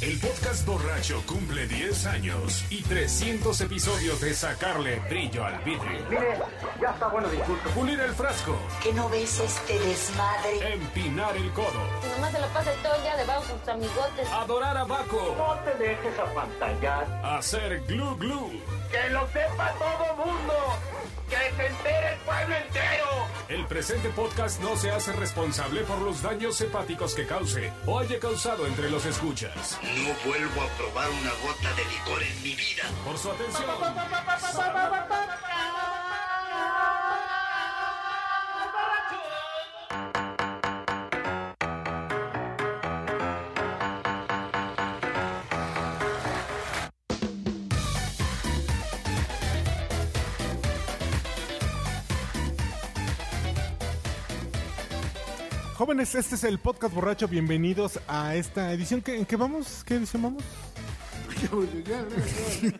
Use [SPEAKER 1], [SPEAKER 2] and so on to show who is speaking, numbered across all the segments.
[SPEAKER 1] El podcast borracho cumple 10 años y 300 episodios de sacarle brillo al vidrio.
[SPEAKER 2] Mire, ya está bueno, disculpe.
[SPEAKER 1] Pulir el frasco,
[SPEAKER 3] ¿Qué no ves este desmadre?
[SPEAKER 1] empinar el codo,
[SPEAKER 4] Nomás se la pasa todo el día debajo con sus amigotes.
[SPEAKER 1] adorar a Baco,
[SPEAKER 2] No te dejes apantallar.
[SPEAKER 1] hacer glu glu,
[SPEAKER 2] ¡Que lo sepa todo mundo! ¡Que se entere el pueblo entero!
[SPEAKER 1] El presente podcast no se hace responsable por los daños hepáticos que cause o haya causado entre los escuchas.
[SPEAKER 5] No vuelvo a probar una gota de licor en mi vida.
[SPEAKER 1] Por su atención.
[SPEAKER 6] Jóvenes, este es el podcast borracho. Bienvenidos a esta edición. ¿Qué, ¿En qué vamos? ¿Qué edición vamos?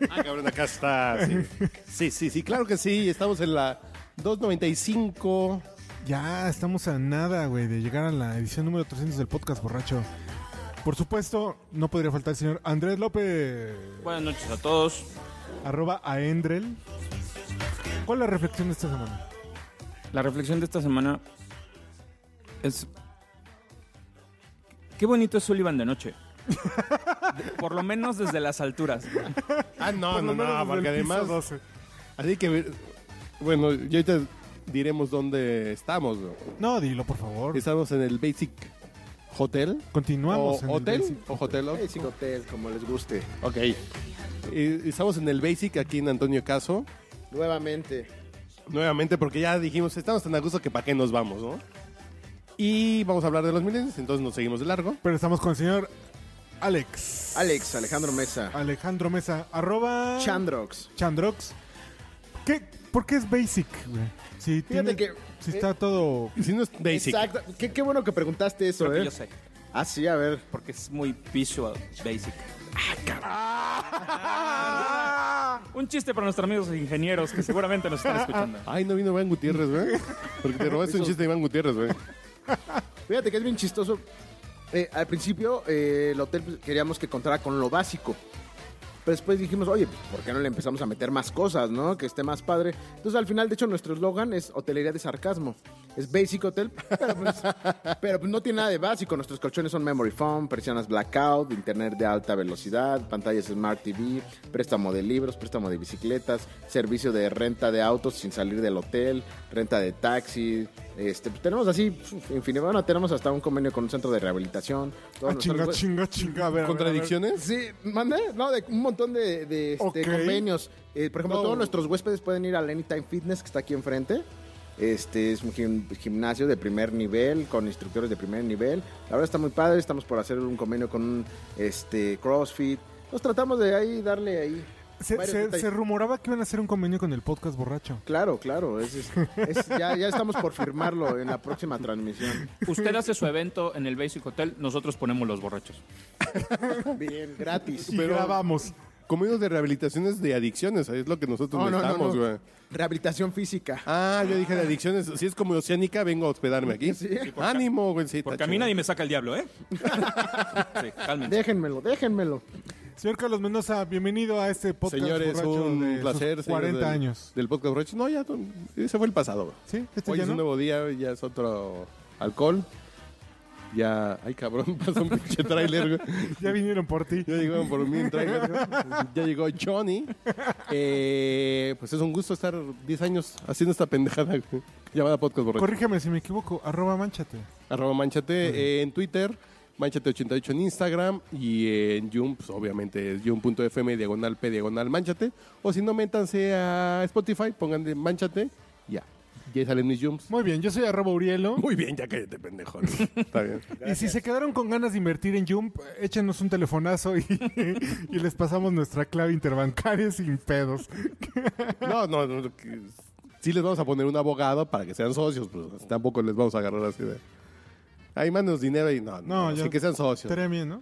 [SPEAKER 7] Ah, cabrón, acá está. Sí. sí, sí, sí, claro que sí. Estamos en la 295.
[SPEAKER 6] Ya estamos a nada, güey, de llegar a la edición número 300 del podcast borracho. Por supuesto, no podría faltar el señor Andrés López,
[SPEAKER 8] Buenas noches a todos.
[SPEAKER 6] arroba a Endrel. ¿Cuál es la reflexión de esta semana?
[SPEAKER 7] Ah,
[SPEAKER 8] La reflexión de esta semana es... Qué bonito es Sullivan de noche. De- Por lo menos desde las alturas.
[SPEAKER 7] Ah, no,
[SPEAKER 6] Por lo
[SPEAKER 7] no,
[SPEAKER 6] menos
[SPEAKER 7] no,
[SPEAKER 6] desde
[SPEAKER 7] porque
[SPEAKER 6] el piso
[SPEAKER 7] además.
[SPEAKER 6] 12.
[SPEAKER 7] Así que, bueno, yo ahorita diremos dónde estamos. ¿no?
[SPEAKER 6] No, dilo, por favor.
[SPEAKER 7] Estamos en el Basic Hotel.
[SPEAKER 6] Continuamos. en
[SPEAKER 7] o
[SPEAKER 6] el
[SPEAKER 7] hotel,
[SPEAKER 6] Basic.
[SPEAKER 7] o hotel, o-
[SPEAKER 9] Basic Hotel, como les guste.
[SPEAKER 7] ok. Y- Estamos en el Basic aquí en Antonio Caso.
[SPEAKER 9] Nuevamente.
[SPEAKER 7] Nuevamente, porque ya dijimos, estamos tan a gusto que para qué nos vamos, ¿no? Y vamos a hablar de los milenios, entonces nos seguimos de largo.
[SPEAKER 6] Pero estamos con el señor Alex.
[SPEAKER 9] Alex, Alejandro Mesa.
[SPEAKER 6] Alejandro Mesa, arroba...
[SPEAKER 9] Chandrox.
[SPEAKER 6] Chandrox. ¿Qué, ¿Por qué es basic, güey? Si, tiene-
[SPEAKER 9] que- eh,
[SPEAKER 6] si está todo.
[SPEAKER 7] Y Si no es Basic.
[SPEAKER 9] Exacto. Qué, qué bueno que preguntaste eso,
[SPEAKER 8] Porque
[SPEAKER 9] ¿eh?
[SPEAKER 8] yo sé,
[SPEAKER 9] Ah, sí, a ver.
[SPEAKER 8] porque es muy visual, basic. Un chiste para nuestros amigos ingenieros que seguramente nos están escuchando.
[SPEAKER 7] Ay, no vino Iván Gutiérrez, güey. Porque te robaste un chiste de Iván Gutiérrez, güey.
[SPEAKER 9] Fíjate que es bien chistoso. Eh, al principio, eh, el hotel pues, queríamos que contara con lo básico. Pero después dijimos, oye, ¿por qué no le empezamos a meter más cosas, no? Que esté más padre. Entonces, al final, de hecho, nuestro eslogan es hotelería de sarcasmo. Es Basic Hotel, pero pues, pero, pues, no tiene nada de básico. Nuestros colchones son Memory Foam, persianas Blackout, internet de alta velocidad, pantallas Smart TV, préstamo de libros, préstamo de bicicletas, servicio de renta de autos sin salir del hotel, renta de taxi. Este, pues, tenemos así, en fin, bueno, tenemos hasta un convenio con un centro de rehabilitación. Todos
[SPEAKER 6] Ah, chinga,
[SPEAKER 9] nuestros-
[SPEAKER 6] chinga, chinga. A ver, a ver, a ver.
[SPEAKER 7] ¿Contradicciones?
[SPEAKER 9] Sí, manda, no, de un montón de, de, este,
[SPEAKER 6] Ok.
[SPEAKER 9] convenios. Eh, por ejemplo,
[SPEAKER 7] No.
[SPEAKER 9] todos nuestros huéspedes pueden ir al Anytime Fitness que está aquí enfrente. Este es un gim- gimnasio de primer nivel, con instructores de primer nivel. La verdad está muy padre, estamos por hacer un convenio con un este CrossFit. Nos tratamos de ahí darle ahí.
[SPEAKER 6] Se,
[SPEAKER 9] varios
[SPEAKER 6] se-
[SPEAKER 9] detalles.
[SPEAKER 6] se rumoraba que iban a hacer un convenio con el podcast borracho.
[SPEAKER 9] Claro, claro, es- es- es- ya, ya estamos por firmarlo en la próxima transmisión.
[SPEAKER 8] Usted hace su evento en el Basic Hotel, nosotros ponemos los borrachos.
[SPEAKER 9] Bien, gratis.
[SPEAKER 6] Y grabamos.
[SPEAKER 7] Convenios de rehabilitaciones de adicciones, es lo que nosotros
[SPEAKER 9] No, no, no,
[SPEAKER 7] necesitamos,
[SPEAKER 9] no.
[SPEAKER 7] güey.
[SPEAKER 9] Rehabilitación física.
[SPEAKER 7] Ah, yo dije de adicciones. Si es como oceánica, vengo a hospedarme aquí.
[SPEAKER 9] Sí. Sí,
[SPEAKER 7] Ánimo, güey. Sí,
[SPEAKER 8] Porque
[SPEAKER 7] está
[SPEAKER 8] a mí
[SPEAKER 7] chido.
[SPEAKER 8] nadie me saca el diablo, ¿eh? Sí, cálmense.
[SPEAKER 9] Déjenmelo, déjenmelo.
[SPEAKER 6] Señor Carlos Mendoza, bienvenido a este podcast
[SPEAKER 7] Señores,
[SPEAKER 6] borracho. de
[SPEAKER 7] un
[SPEAKER 6] sus
[SPEAKER 7] placer. señores
[SPEAKER 6] 40
[SPEAKER 7] del-
[SPEAKER 6] años.
[SPEAKER 7] Del podcast borracho. No, ya, tú- ese fue el pasado.
[SPEAKER 6] ¿Sí? ¿Este
[SPEAKER 7] Hoy
[SPEAKER 6] ya
[SPEAKER 7] es
[SPEAKER 6] no?
[SPEAKER 7] un nuevo día, ya es otro alcohol. Ya, ay cabrón, pasa un pinche tráiler, güey.
[SPEAKER 6] Ya vinieron por ti.
[SPEAKER 7] Ya llegaron por mí en tráiler, ¿no? Ya llegó Johnny. Eh, pues es un gusto estar 10 años haciendo esta pendejada güey, llamada Podcast Borracho.
[SPEAKER 6] Corrígeme si me equivoco. Arroba manchate.
[SPEAKER 7] Arroba Manchate eh, en Twitter, Manchate88 en Instagram y en Yum, pues obviamente es yum.fm diagonal p diagonal Manchate. O si no, métanse a Spotify, pongan de Manchate, ya. Ya salen mis Yums.
[SPEAKER 6] Muy bien, yo soy arroba Urielo.
[SPEAKER 7] Muy bien, ya cállate, pendejo. ¿no? Está bien.
[SPEAKER 6] Y si se quedaron con ganas de invertir en Jump, échenos un telefonazo y, y les pasamos nuestra clave interbancaria sin pedos.
[SPEAKER 7] No, no, no. que- Sí les vamos a poner un abogado para que sean socios, pues tampoco les vamos a agarrar así de... Ahí mándenos dinero y no, no,
[SPEAKER 6] No, yo-
[SPEAKER 7] así que sean socios.
[SPEAKER 6] Estaría bien, ¿no?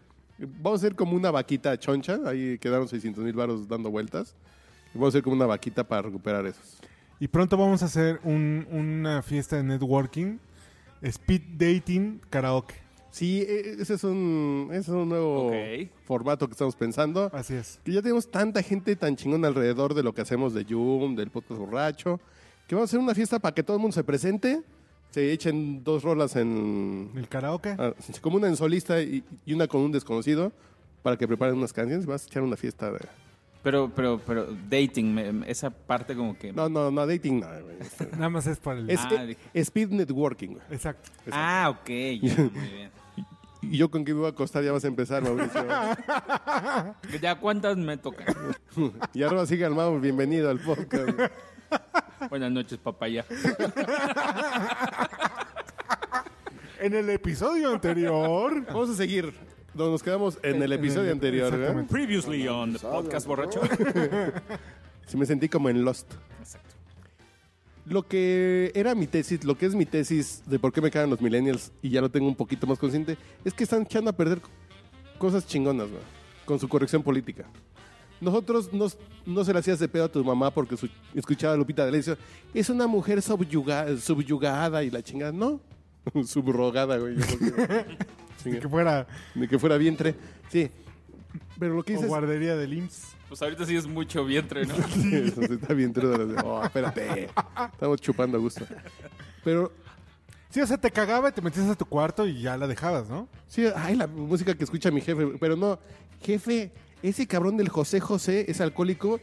[SPEAKER 7] Vamos a ser como una vaquita choncha, ahí quedaron 600 mil varos dando vueltas. Y vamos a ser como una vaquita para recuperar esos.
[SPEAKER 6] Y pronto vamos a hacer un- una fiesta de networking, speed dating, karaoke.
[SPEAKER 7] Sí, e- ese es un, ese es un nuevo
[SPEAKER 10] Ok.
[SPEAKER 7] formato que estamos pensando.
[SPEAKER 6] Así es.
[SPEAKER 7] Que ya tenemos tanta gente tan chingona alrededor de lo que hacemos de Yum, del podcast borracho, que vamos a hacer una fiesta para que todo el mundo se presente, se echen dos rolas en...
[SPEAKER 6] El karaoke.
[SPEAKER 7] ah, como una en solista y, y una con un desconocido, para que preparen unas canciones y vas a echar una fiesta de...
[SPEAKER 8] Pero, pero, pero, dating, me- me- esa parte como que.
[SPEAKER 7] No, no, no, dating no. güey.
[SPEAKER 6] Nada más es para el.
[SPEAKER 7] Es
[SPEAKER 8] Ah,
[SPEAKER 7] eh,
[SPEAKER 8] dije.
[SPEAKER 7] speed networking. güey.
[SPEAKER 6] Exacto.
[SPEAKER 8] ah, ok, ya, muy bien.
[SPEAKER 7] Y yo con qué me voy a acostar ya vas a empezar, Mauricio.
[SPEAKER 8] ¿Ya cuántas me tocan?
[SPEAKER 7] y ahora sigue al Mau, bienvenido al podcast.
[SPEAKER 8] Buenas noches, papaya.
[SPEAKER 6] En el episodio anterior.
[SPEAKER 7] Vamos a seguir. Donde nos quedamos en el episodio anterior, ¿verdad?
[SPEAKER 6] Exactamente.
[SPEAKER 10] Previously on the podcast borracho.
[SPEAKER 7] Sí, me sentí como en Lost.
[SPEAKER 8] Exacto.
[SPEAKER 7] Lo que era mi tesis, lo que es mi tesis de por qué me cagan los millennials y ya lo tengo un poquito más consciente, es que están echando a perder cosas chingonas, güey, con su corrección política. Nosotros nos- no se le hacías de pedo a tu mamá porque su- escuchaba a Lupita D'Alessio. Es una mujer subyuga- subyugada y la chingada. No, subrogada, güey. yo porque-
[SPEAKER 6] Ni que
[SPEAKER 7] Chinga,
[SPEAKER 6] fuera
[SPEAKER 7] Ni que fuera vientre. Sí, pero lo que
[SPEAKER 6] o
[SPEAKER 7] dices...
[SPEAKER 6] guardería del IMSS.
[SPEAKER 8] Pues ahorita sí es mucho vientre, ¿no?
[SPEAKER 7] Eso sí está bien trudo, las de- Oh, espérate. Estamos chupando a gusto. Pero,
[SPEAKER 6] Sí, o sea, te cagaba y te metías a tu cuarto y ya la dejabas, ¿no?
[SPEAKER 7] sí, ay, la música que escucha mi jefe. Pero no, jefe, ese cabrón del José José es alcohólico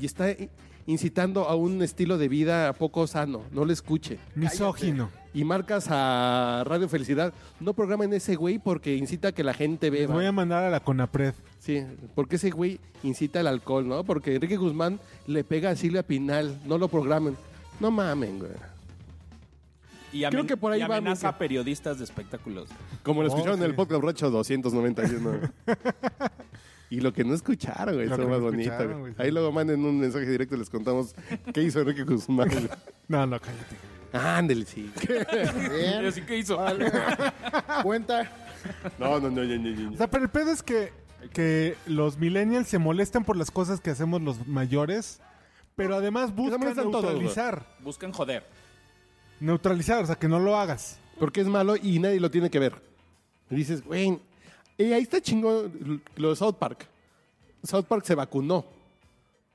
[SPEAKER 7] y está i- incitando a un estilo de vida poco sano. No le escuche.
[SPEAKER 6] Misógino.
[SPEAKER 7] Y marcas a Radio Felicidad. No programen ese güey porque incita a que la gente
[SPEAKER 6] Les voy a
[SPEAKER 7] beba.
[SPEAKER 6] mandar a la Conapred.
[SPEAKER 7] Sí, porque ese güey incita al alcohol, ¿no? Porque Enrique Guzmán le pega a Silvia Pinal. No lo programen. No mamen, güey.
[SPEAKER 8] Y amen-
[SPEAKER 7] Creo que por ahí
[SPEAKER 8] y
[SPEAKER 7] va,
[SPEAKER 8] amenaza
[SPEAKER 7] Mica.
[SPEAKER 8] a periodistas de espectáculos.
[SPEAKER 7] Como lo
[SPEAKER 6] Oh,
[SPEAKER 7] escucharon en el
[SPEAKER 6] sí.
[SPEAKER 7] podcast borracho 291. y lo que no escucharon, güey,
[SPEAKER 6] Lo que
[SPEAKER 7] eso es más
[SPEAKER 6] no
[SPEAKER 7] bonito.
[SPEAKER 6] escucharon,
[SPEAKER 7] güey.
[SPEAKER 6] güey, sí.
[SPEAKER 7] Ahí luego manden un mensaje directo y les contamos qué hizo Enrique Guzmán. güey.
[SPEAKER 6] No, no, cállate.
[SPEAKER 7] Ándale, sí.
[SPEAKER 9] Bien.
[SPEAKER 8] así que hizo?
[SPEAKER 9] Cuenta.
[SPEAKER 7] No, no, no, no, no,
[SPEAKER 6] O
[SPEAKER 7] no.
[SPEAKER 6] sea, pero el pedo es que, que los millennials se molestan por las cosas que hacemos los mayores, pero además buscan
[SPEAKER 7] molestan todos,
[SPEAKER 6] neutralizar.
[SPEAKER 8] Buscan joder.
[SPEAKER 7] Pues
[SPEAKER 6] neutralizar, o sea, que no lo hagas.
[SPEAKER 7] Porque es malo y nadie lo tiene que ver. Y dices, güey, eh, ahí está chingón lo de South Park. South Park se vacunó.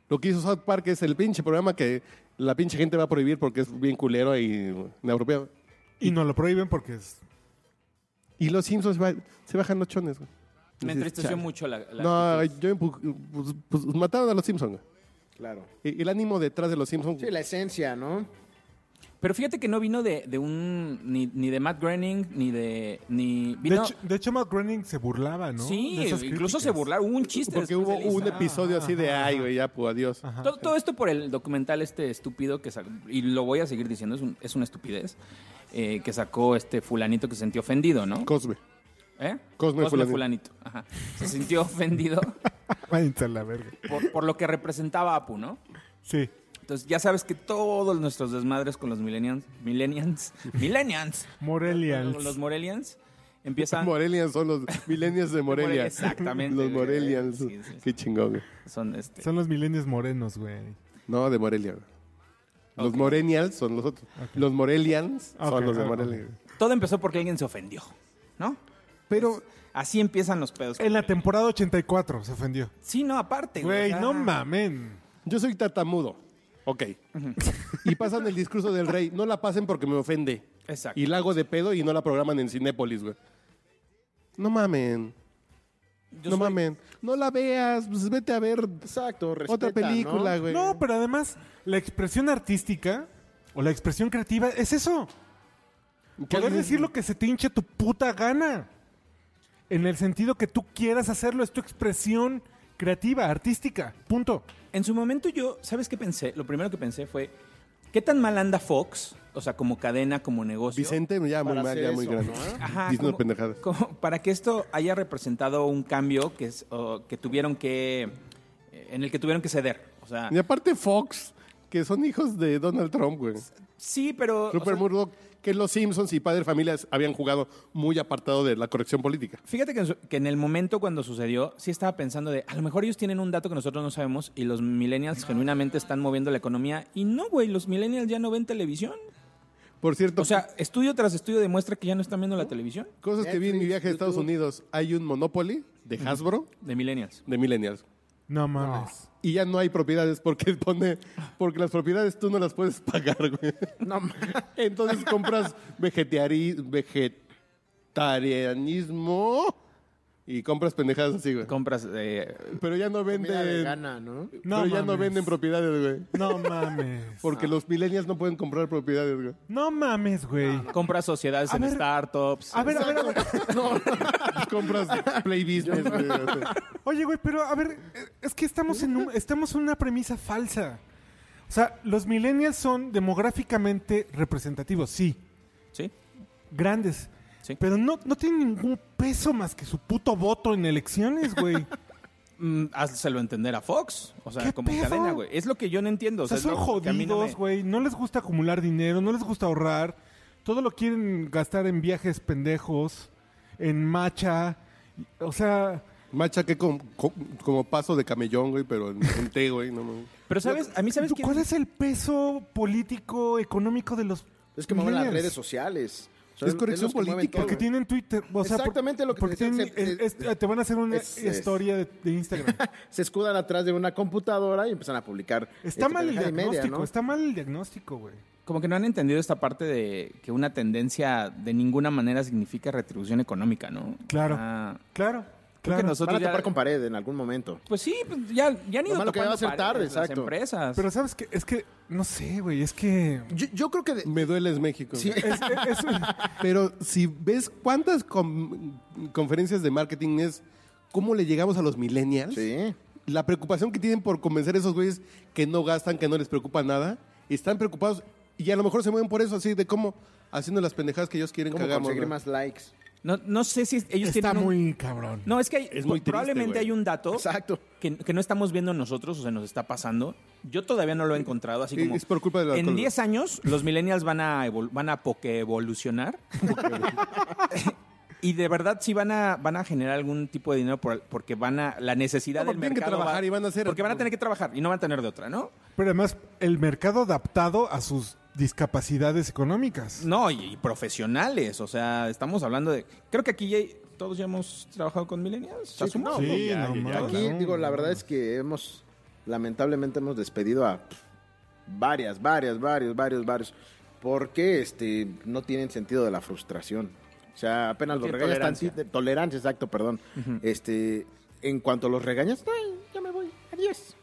[SPEAKER 7] Lo que hizo South Park es el pinche programa que la pinche gente va a prohibir porque es bien culero y inapropiado.
[SPEAKER 6] Y no lo prohíben porque es...
[SPEAKER 7] Y los Simpsons va- se bajan los chones, güey.
[SPEAKER 8] Me
[SPEAKER 7] Dices,
[SPEAKER 8] entristeció
[SPEAKER 7] "Chale".
[SPEAKER 8] mucho la. la
[SPEAKER 7] No,
[SPEAKER 8] actitud.
[SPEAKER 7] yo empu- pues, pues, mataron a los Simpsons. E,
[SPEAKER 9] Claro.
[SPEAKER 7] El ánimo detrás de los Simpsons.
[SPEAKER 9] Sí, la esencia, ¿no?
[SPEAKER 8] Pero fíjate que no vino de, de un. Ni, ni de Matt Groening, ni de. Ni,
[SPEAKER 6] De,
[SPEAKER 8] vino,
[SPEAKER 6] hecho, de hecho, Matt Groening se burlaba, ¿no?
[SPEAKER 8] Sí,
[SPEAKER 6] De esas
[SPEAKER 8] incluso
[SPEAKER 6] críticas.
[SPEAKER 8] se burlaron. Hubo un chiste.
[SPEAKER 7] porque hubo
[SPEAKER 8] después de
[SPEAKER 7] un
[SPEAKER 8] Lisa.
[SPEAKER 7] episodio así de, ay, güey, ya, pues adiós.
[SPEAKER 8] Todo, todo esto por el documental este estúpido que sacó, y lo voy a seguir diciendo, es, un- es una estupidez, eh, que sacó este fulanito que se sintió ofendido, ¿no?
[SPEAKER 7] Cosme.
[SPEAKER 8] ¿Eh?
[SPEAKER 7] Cosme Fulanito.
[SPEAKER 8] Ajá. Se sintió ofendido
[SPEAKER 6] Váyanse a la verga.
[SPEAKER 8] por, por lo que representaba Apu, ¿no?
[SPEAKER 6] Sí.
[SPEAKER 8] Entonces ya sabes que todos nuestros desmadres con los millennials, millennials, millennials,
[SPEAKER 6] Morelials.
[SPEAKER 8] con los morelians, empiezan...
[SPEAKER 7] Morelians son los millennials de Morelia.
[SPEAKER 8] Exactamente,
[SPEAKER 7] Los
[SPEAKER 8] güey.
[SPEAKER 7] Morelians.
[SPEAKER 8] Sí, sí, sí.
[SPEAKER 7] Qué chingón, güey.
[SPEAKER 8] son este...
[SPEAKER 6] Son los millennials morenos, güey.
[SPEAKER 7] No, de Morelia. güey. Los Morenials son los otros. Los Morelians
[SPEAKER 6] Ok,
[SPEAKER 7] son los de
[SPEAKER 6] ok.
[SPEAKER 7] Morelia. güey.
[SPEAKER 8] Todo empezó porque alguien se ofendió, ¿no?
[SPEAKER 7] Pero
[SPEAKER 8] Así empiezan los pedos.
[SPEAKER 6] En la temporada 84 se ofendió.
[SPEAKER 8] Sí, no, aparte.
[SPEAKER 6] Güey,
[SPEAKER 8] o sea,
[SPEAKER 6] no mamen.
[SPEAKER 7] yo soy tartamudo. Ok. Y pasan el discurso del rey. No la pasen porque me ofende.
[SPEAKER 8] Exacto.
[SPEAKER 7] Y la hago de pedo y no la programan en Cinépolis, güey. No mamen.
[SPEAKER 8] yo
[SPEAKER 7] no
[SPEAKER 8] soy-
[SPEAKER 7] mamen. No la veas. Pues vete a ver
[SPEAKER 9] Exacto, respeta,
[SPEAKER 7] otra película,
[SPEAKER 9] ¿no? pues,
[SPEAKER 7] güey.
[SPEAKER 6] No, pero además, la expresión artística o la expresión creativa es eso.
[SPEAKER 7] ¿Qué
[SPEAKER 6] Poder
[SPEAKER 7] dices?
[SPEAKER 6] decir lo que se te hinche tu puta gana. En el sentido que tú quieras hacerlo, es tu expresión creativa, artística. Punto.
[SPEAKER 8] En su momento yo, ¿sabes qué pensé? Lo primero que pensé fue, ¿qué tan mal anda Fox? O sea, como cadena, como negocio.
[SPEAKER 7] Vicente, ya muy
[SPEAKER 9] Para
[SPEAKER 7] mal,
[SPEAKER 9] hacer
[SPEAKER 7] ya muy
[SPEAKER 9] eso,
[SPEAKER 7] grande.
[SPEAKER 9] ¿no?
[SPEAKER 8] Ajá,
[SPEAKER 7] Diciendo
[SPEAKER 8] como-
[SPEAKER 7] pendejadas.
[SPEAKER 8] como para que esto haya representado un cambio que, es, o que tuvieron que, eh, en el que tuvieron que ceder. O sea,
[SPEAKER 7] Y aparte Fox, que son hijos de Donald Trump, güey.
[SPEAKER 8] sí, pero... o
[SPEAKER 7] Super
[SPEAKER 8] sea,
[SPEAKER 7] Murdoch, que los Simpsons y Padre Familia habían jugado muy apartado de la corrección política.
[SPEAKER 8] Fíjate que en, su- que en el momento cuando sucedió, sí estaba pensando de, a lo mejor ellos tienen un dato que nosotros no sabemos y los millennials genuinamente están moviendo la economía. Y no, güey, los millennials ya no ven televisión.
[SPEAKER 7] Por cierto,
[SPEAKER 8] O sea, estudio tras estudio demuestra que ya no están viendo la televisión
[SPEAKER 7] cosas que vi en mi
[SPEAKER 9] Netflix,
[SPEAKER 7] viaje a Estados
[SPEAKER 9] YouTube.
[SPEAKER 7] Unidos. Hay un Monopoly de Hasbro
[SPEAKER 8] de millennials.
[SPEAKER 7] de Millennials.
[SPEAKER 6] No mames.
[SPEAKER 7] Y ya no hay propiedades porque pone, porque las propiedades tú no las puedes pagar, güey.
[SPEAKER 9] No, ma-
[SPEAKER 7] Entonces compras vegetari- vegetarianismo y compras pendejadas así, güey.
[SPEAKER 8] Compras eh,
[SPEAKER 7] Pero ya no
[SPEAKER 9] comida
[SPEAKER 7] venden.
[SPEAKER 9] vegana, ¿no?
[SPEAKER 6] No
[SPEAKER 7] pero ya no
[SPEAKER 6] mames.
[SPEAKER 7] venden propiedades, güey.
[SPEAKER 6] No mames.
[SPEAKER 9] Ah.
[SPEAKER 7] Porque los millennials no pueden comprar propiedades, güey.
[SPEAKER 6] No mames, güey.
[SPEAKER 8] compras sociedades
[SPEAKER 6] A
[SPEAKER 8] en
[SPEAKER 6] ver,
[SPEAKER 8] startups.
[SPEAKER 6] A ver, a ver, a ver.
[SPEAKER 7] Pues compras Play Business, güey. o sea.
[SPEAKER 6] Oye, güey, pero a ver, eh, es que estamos en, un- estamos en una premisa falsa. O sea, los millennials son demográficamente representativos, sí,
[SPEAKER 8] Sí.
[SPEAKER 6] grandes.
[SPEAKER 8] Sí.
[SPEAKER 6] Pero no, no tienen ningún peso más que su puto voto en elecciones, güey.
[SPEAKER 8] Mm, Hazlo entender a Fox. O sea,
[SPEAKER 6] ¿Qué
[SPEAKER 8] como
[SPEAKER 6] pedo?
[SPEAKER 8] cadena, güey. Es lo que yo no entiendo.
[SPEAKER 6] O sea,
[SPEAKER 8] es
[SPEAKER 6] son
[SPEAKER 8] lo que a mí no me-
[SPEAKER 6] jodidos, güey. No les gusta acumular dinero, no les gusta ahorrar. Todo lo quieren gastar en viajes pendejos, en macha. O sea,
[SPEAKER 7] Macha que com- com- como paso de camellón, güey, pero en, en té, güey. No, no.
[SPEAKER 8] Pero, ¿sabes? A mí, ¿sabes quién?
[SPEAKER 6] ¿cuál es el peso político, económico de los
[SPEAKER 9] Es que mueven las
[SPEAKER 6] millennials?
[SPEAKER 9] redes sociales.
[SPEAKER 7] Es corrección
[SPEAKER 9] los que mueven
[SPEAKER 7] política,
[SPEAKER 9] todo.
[SPEAKER 6] Porque tienen Twitter. O sea, por-
[SPEAKER 9] Exactamente lo que
[SPEAKER 6] porque
[SPEAKER 9] te decía,
[SPEAKER 6] tienen-
[SPEAKER 9] se-
[SPEAKER 6] es- es- te van a hacer una
[SPEAKER 9] es- es-
[SPEAKER 6] historia de, de Instagram.
[SPEAKER 9] Se escudan atrás de una computadora y empiezan a publicar.
[SPEAKER 6] Está
[SPEAKER 9] este,
[SPEAKER 6] mal el
[SPEAKER 9] pendejada y media,
[SPEAKER 6] diagnóstico,
[SPEAKER 9] ¿no?
[SPEAKER 6] está mal el diagnóstico, güey.
[SPEAKER 8] Como que no han entendido esta parte de que una tendencia de ninguna manera significa retribución económica, ¿no?
[SPEAKER 6] Claro.
[SPEAKER 8] Ah,
[SPEAKER 6] Claro,
[SPEAKER 8] creo que
[SPEAKER 6] claro.
[SPEAKER 8] nosotros
[SPEAKER 9] Van a
[SPEAKER 8] ya-
[SPEAKER 9] topar con pared en algún momento.
[SPEAKER 8] Pues sí, pues ya, ya han ido
[SPEAKER 9] malo que ya
[SPEAKER 8] topando
[SPEAKER 9] va a ser
[SPEAKER 8] paredes
[SPEAKER 9] tarde,
[SPEAKER 8] las
[SPEAKER 9] exacto.
[SPEAKER 8] empresas.
[SPEAKER 6] Pero sabes que es que, no sé, güey, es que...
[SPEAKER 9] Yo, yo creo que... de-
[SPEAKER 7] Me dueles México.
[SPEAKER 9] Sí.
[SPEAKER 7] güey. Pero si ves cuántas com- conferencias de marketing es, ¿cómo le llegamos a los millennials?
[SPEAKER 9] Sí.
[SPEAKER 7] La preocupación que tienen por convencer a esos güeyes que no gastan, que no les preocupa nada, están preocupados y a lo mejor se mueven por eso, así de cómo haciendo las pendejadas que ellos quieren que
[SPEAKER 9] ¿Cómo
[SPEAKER 7] hagamos.
[SPEAKER 9] conseguir
[SPEAKER 7] güey.
[SPEAKER 9] más likes?
[SPEAKER 8] no, no sé si es- ellos
[SPEAKER 6] Está
[SPEAKER 8] tienen un-
[SPEAKER 6] muy cabrón.
[SPEAKER 8] No, es que hay-
[SPEAKER 7] Es muy triste,
[SPEAKER 8] probablemente
[SPEAKER 7] güey.
[SPEAKER 8] hay un dato
[SPEAKER 9] Exacto.
[SPEAKER 8] que, que no estamos viendo nosotros o se nos está pasando. Yo todavía no lo he encontrado, así
[SPEAKER 7] Es-
[SPEAKER 8] como...
[SPEAKER 7] es por culpa del alcohol.
[SPEAKER 8] En 10 años, los millennials van a, evol- van a pokeevolucionar. y de verdad sí van a, van a generar algún tipo de dinero por- porque van a... La necesidad
[SPEAKER 7] No,
[SPEAKER 8] del
[SPEAKER 7] porque tienen que
[SPEAKER 8] mercado va-
[SPEAKER 7] trabajar y van a hacer- pues
[SPEAKER 8] Porque van a tener que trabajar y no van a tener de otra, ¿no?
[SPEAKER 6] Pero además, el mercado adaptado a sus discapacidades económicas.
[SPEAKER 8] No, y, y profesionales. O sea, estamos hablando de... Creo que aquí ya hay- todos ya hemos trabajado con millennials.
[SPEAKER 9] Sí,
[SPEAKER 8] asumo.
[SPEAKER 9] no,
[SPEAKER 6] Sí,
[SPEAKER 7] ya,
[SPEAKER 6] no
[SPEAKER 7] ya,
[SPEAKER 6] mames.
[SPEAKER 9] Aquí, digo, la verdad es que hemos, lamentablemente hemos despedido a pff, varias, varias, varios, varios, varios, porque este, no tienen sentido de la frustración. O sea, apenas los
[SPEAKER 8] Sí,
[SPEAKER 9] regañas
[SPEAKER 8] tolerancia.
[SPEAKER 9] tantito, tolerancia, exacto, perdón. Este, en cuanto los regañas, "Ay, ya me voy, adiós.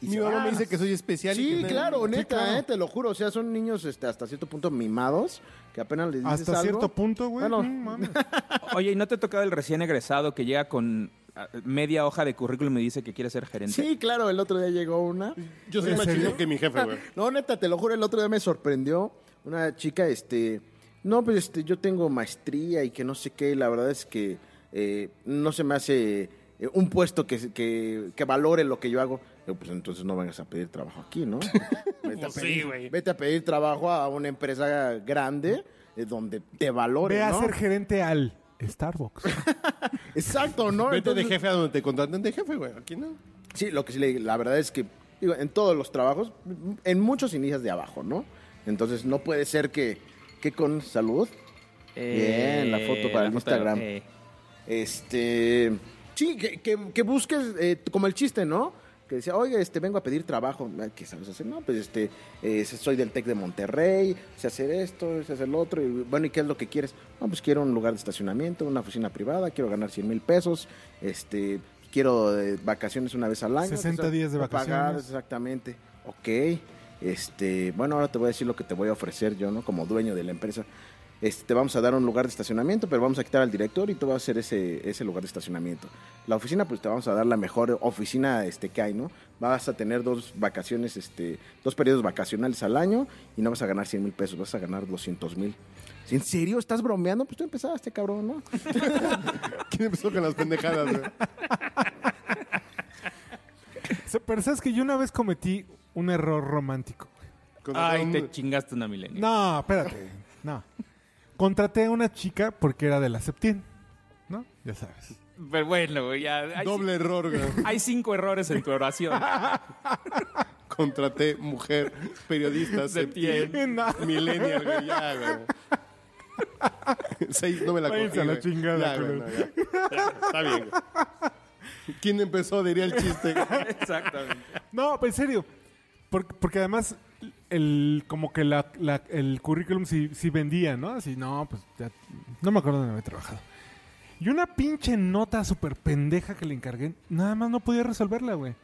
[SPEAKER 9] Y
[SPEAKER 7] Mi
[SPEAKER 9] se
[SPEAKER 7] mamá
[SPEAKER 9] van.
[SPEAKER 7] me dice que soy especial. y
[SPEAKER 9] Sí,
[SPEAKER 7] que-
[SPEAKER 9] claro, neta,
[SPEAKER 6] claro.
[SPEAKER 9] eh, te lo juro. O sea, son niños este, hasta cierto punto mimados, que apenas les dices
[SPEAKER 6] Hasta
[SPEAKER 9] algo.
[SPEAKER 6] cierto punto, güey.
[SPEAKER 9] Bueno,
[SPEAKER 6] mm, mames.
[SPEAKER 8] Oye, ¿y no te ha tocado el recién egresado que llega con ah, media hoja de currículum y dice que quiere ser gerente?
[SPEAKER 9] sí, claro, el otro día llegó una.
[SPEAKER 7] Yo soy
[SPEAKER 6] ¿En
[SPEAKER 7] más
[SPEAKER 6] serio?
[SPEAKER 7] chido que mi jefe, güey.
[SPEAKER 9] No, neta, te lo juro, el otro día me sorprendió una chica, este, no, pues este, yo tengo maestría y que no sé qué, y la verdad es que eh, no se me hace eh, un puesto que, se- que, que valore lo que yo hago. Digo, pues entonces no vengas a pedir trabajo aquí, ¿no? Vete,
[SPEAKER 6] Pues
[SPEAKER 9] a pedir, vete a pedir trabajo a una empresa grande eh, donde te valore,
[SPEAKER 6] Ve a
[SPEAKER 9] ¿no?
[SPEAKER 6] ser gerente al Starbucks.
[SPEAKER 9] Exacto, ¿no?
[SPEAKER 7] Vete de
[SPEAKER 9] Entonces-
[SPEAKER 7] jefe a donde te contraten de jefe, güey. Aquí no.
[SPEAKER 9] Sí, lo que sí le digo, la verdad es que digo, en todos los trabajos, en muchos inicias de abajo, ¿no? Entonces no puede ser que, que con salud, Bien, la foto para el Instagram.
[SPEAKER 8] eh,
[SPEAKER 9] este, sí, que, que- que busques eh, como el chiste, ¿no? Que decía, oye, este, vengo a pedir trabajo. Ah, ¿Qué sabes hacer? No, pues este, eh, soy del TEC de Monterrey, sé hacer esto, sé hacer lo otro. Y, bueno, ¿y qué es lo que quieres? No, pues quiero un lugar de estacionamiento, una oficina privada, quiero ganar 100 mil pesos, este, quiero eh, vacaciones una vez al año.
[SPEAKER 6] 60
[SPEAKER 9] o sea,
[SPEAKER 6] días de
[SPEAKER 9] no pagar,
[SPEAKER 6] vacaciones.
[SPEAKER 9] Exactamente. Ok. Este, bueno, ahora te voy a decir lo que te voy a ofrecer yo, ¿no? Como dueño de la empresa. Este, te vamos a dar un lugar de estacionamiento, pero vamos a quitar al director y tú vas a hacer ese, ese lugar de estacionamiento. La oficina, pues te vamos a dar la mejor oficina este, que hay, ¿no? Vas a tener dos vacaciones, este, dos periodos vacacionales al año y no vas a ganar 100 mil pesos, vas a ganar 200 mil. ¿En serio? ¿Estás bromeando? Pues tú empezaste, cabrón, ¿no?
[SPEAKER 7] ¿Quién empezó con las pendejadas, güey?
[SPEAKER 6] Se- Pero sabes que yo una vez cometí un error romántico. güey.
[SPEAKER 7] Con-
[SPEAKER 8] Ay,
[SPEAKER 7] con-
[SPEAKER 8] te chingaste una milenia.
[SPEAKER 6] No, espérate. No. Contraté a una chica porque era de la Septien. ¿No? Ya sabes.
[SPEAKER 8] Pero bueno, güey, ya. Hay,
[SPEAKER 7] Doble error, güey.
[SPEAKER 8] hay cinco errores en tu oración.
[SPEAKER 7] Contraté mujer, periodista, septiembre, millennial, güey, ya, güey. Seis, no me la cogí,
[SPEAKER 6] Váyanse a la
[SPEAKER 7] güey.
[SPEAKER 6] chingada,
[SPEAKER 7] Ya, güey, no, ya. Ya, Está bien, güey. ¿Quién empezó? Diría el chiste. güey.
[SPEAKER 8] Exactamente.
[SPEAKER 6] No, pero en serio. Por- Porque, además, el, como que la, la- el currículum sí, sí vendía, ¿no? Así, no, pues ya, no me acuerdo dónde había trabajado. Y una pinche nota súper pendeja que le encargué, nada más no podía resolverla, güey.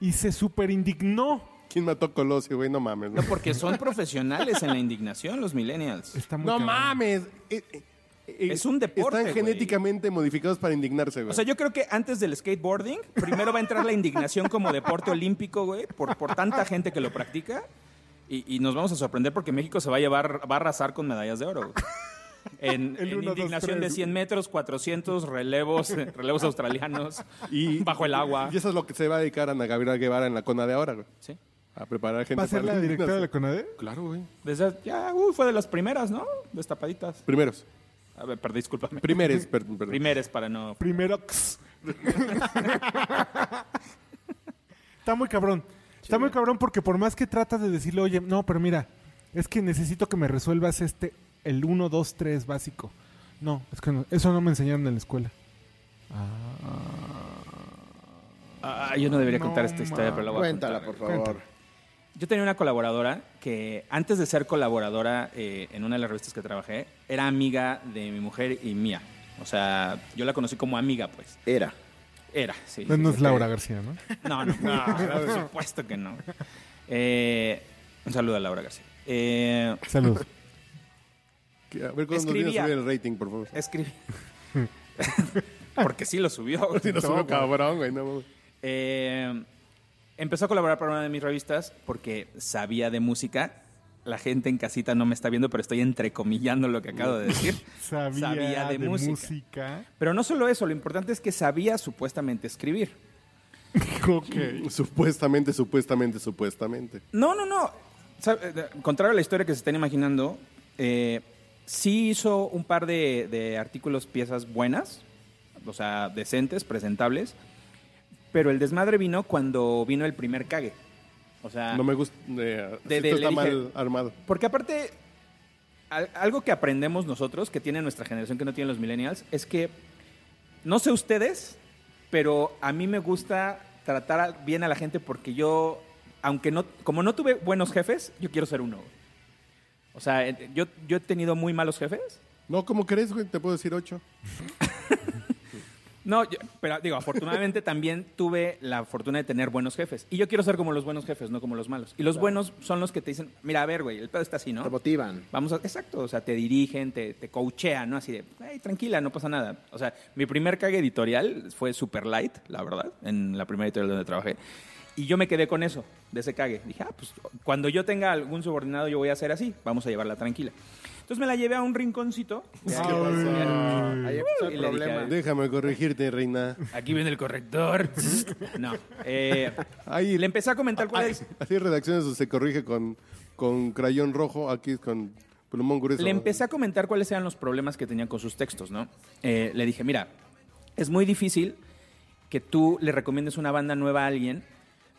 [SPEAKER 6] Y se súper indignó.
[SPEAKER 7] ¿Quién mató a Colosio, güey? No mames.
[SPEAKER 8] No, porque son profesionales en la indignación los millennials.
[SPEAKER 6] Está muy
[SPEAKER 7] No
[SPEAKER 6] cabrón.
[SPEAKER 7] mames. Eh, eh, eh,
[SPEAKER 8] Es un deporte,
[SPEAKER 7] Están
[SPEAKER 8] güey.
[SPEAKER 7] genéticamente modificados para indignarse, güey.
[SPEAKER 8] O sea, yo creo que antes del skateboarding, primero va a entrar la indignación como deporte olímpico, güey, por, por tanta gente que lo practica. Y, y nos vamos a sorprender porque México se va a llevar, va a arrasar con medallas de oro. güey. En,
[SPEAKER 6] El
[SPEAKER 8] en
[SPEAKER 6] uno, dos,
[SPEAKER 8] indignación
[SPEAKER 6] tres.
[SPEAKER 8] de 100 metros, 400 relevos, eh, relevos australianos,
[SPEAKER 7] Y-
[SPEAKER 8] bajo el agua.
[SPEAKER 7] Y eso es lo que se va a dedicar Ana Gabriela Guevara en la cona de ahora, güey.
[SPEAKER 8] Sí.
[SPEAKER 7] A preparar gente
[SPEAKER 6] ¿Va a ser
[SPEAKER 7] para
[SPEAKER 6] la directora de la
[SPEAKER 7] indignarse.
[SPEAKER 6] CONADE?
[SPEAKER 7] Claro, güey.
[SPEAKER 8] Desde- ya, uy, fue de las primeras, ¿no? Destapaditas.
[SPEAKER 7] Primeros.
[SPEAKER 8] A ver, perdón, discúlpame.
[SPEAKER 7] Primeres, per- perdón.
[SPEAKER 8] Primeras para no...
[SPEAKER 6] Primero. Está muy cabrón. Está muy cabrón porque por más que tratas de decirle, oye, no, pero mira, es que necesito que me resuelvas este, el 1, 2, 3 básico. No, es que no- eso no me enseñaron en la escuela.
[SPEAKER 8] Ah, yo no debería
[SPEAKER 6] No,
[SPEAKER 8] contar esta historia,
[SPEAKER 6] ma.
[SPEAKER 8] pero la voy a contar.
[SPEAKER 9] Cuéntala, por favor.
[SPEAKER 8] Yo tenía una colaboradora que antes de ser colaboradora eh, en una de las revistas que trabajé, era amiga de mi mujer y mía. O sea, yo la conocí como amiga, pues.
[SPEAKER 9] Era.
[SPEAKER 8] Era, sí.
[SPEAKER 6] No,
[SPEAKER 8] sí,
[SPEAKER 6] no
[SPEAKER 8] sí.
[SPEAKER 6] es Laura García, ¿no?
[SPEAKER 8] No, no, no, por supuesto que no. Eh, un saludo a Laura García. Eh,
[SPEAKER 6] Saludos.
[SPEAKER 7] Que- A ver cuándo nos viene a
[SPEAKER 8] Escribía.
[SPEAKER 7] subir el rating, por favor.
[SPEAKER 8] escribí. Porque sí lo subió.
[SPEAKER 7] Si nos sube cabrón, güey. No, mames.
[SPEAKER 8] Eh, empezó a colaborar para una de mis revistas porque sabía de música. La gente en casita no me está viendo, pero estoy entrecomillando lo que acabo de decir.
[SPEAKER 6] Sabía, de, música.
[SPEAKER 8] Pero no solo eso, lo importante es que sabía supuestamente escribir.
[SPEAKER 7] Supuestamente, supuestamente, supuestamente.
[SPEAKER 8] No, no, no. Sa- eh, de- Contrario a la historia que se están imaginando, eh, sí hizo un par de, de artículos, piezas buenas, o sea, decentes, presentables, pero el desmadre vino cuando vino el primer cague. O sea,
[SPEAKER 7] No me gusta. eh,
[SPEAKER 8] Ah. De-
[SPEAKER 7] esto
[SPEAKER 8] de-
[SPEAKER 7] está
[SPEAKER 8] le dije-
[SPEAKER 7] mal armado.
[SPEAKER 8] Porque aparte, al- algo que aprendemos nosotros, que tiene nuestra generación, que no tienen los millennials, es que, no sé ustedes, pero a mí me gusta tratar a- bien a la gente porque yo, aunque no, como no tuve buenos jefes, yo quiero ser uno. O sea, eh, yo, yo he tenido muy malos jefes.
[SPEAKER 7] No, ¿cómo crees, güey? Te puedo decir ocho.
[SPEAKER 8] No, yo- pero digo, afortunadamente también tuve la fortuna de tener buenos jefes. Y yo quiero ser como los buenos jefes, no como los malos. Y los buenos son los que te dicen, mira, a ver, güey, el pedo está así, ¿no?
[SPEAKER 9] Te motivan.
[SPEAKER 8] Vamos a, exacto, o sea, te dirigen, te, te coachean, ¿no? Así de, "Ay, tranquila, no pasa nada. O sea, mi primer cague editorial fue super light, la verdad, en la primera editorial donde trabajé. Y yo me quedé con eso, de ese cague. Dije, ah, pues cuando yo tenga algún subordinado yo voy a hacer así, vamos a llevarla tranquila. Entonces me la llevé a un rinconcito.
[SPEAKER 9] Ahí empezó el
[SPEAKER 8] Y le dije,
[SPEAKER 9] problema.
[SPEAKER 7] Déjame corregirte, reina.
[SPEAKER 8] Aquí viene el corrector. No. eh,
[SPEAKER 7] Ahí
[SPEAKER 8] le empecé a comentar cuál es.
[SPEAKER 7] Ah, Así en redacciones se corrige con, con crayón rojo, aquí es con plumón grueso.
[SPEAKER 8] Le empecé a comentar cuáles eran los problemas que tenían con sus textos, ¿no? Eh, le dije, mira, es muy difícil que tú le recomiendes una banda nueva a alguien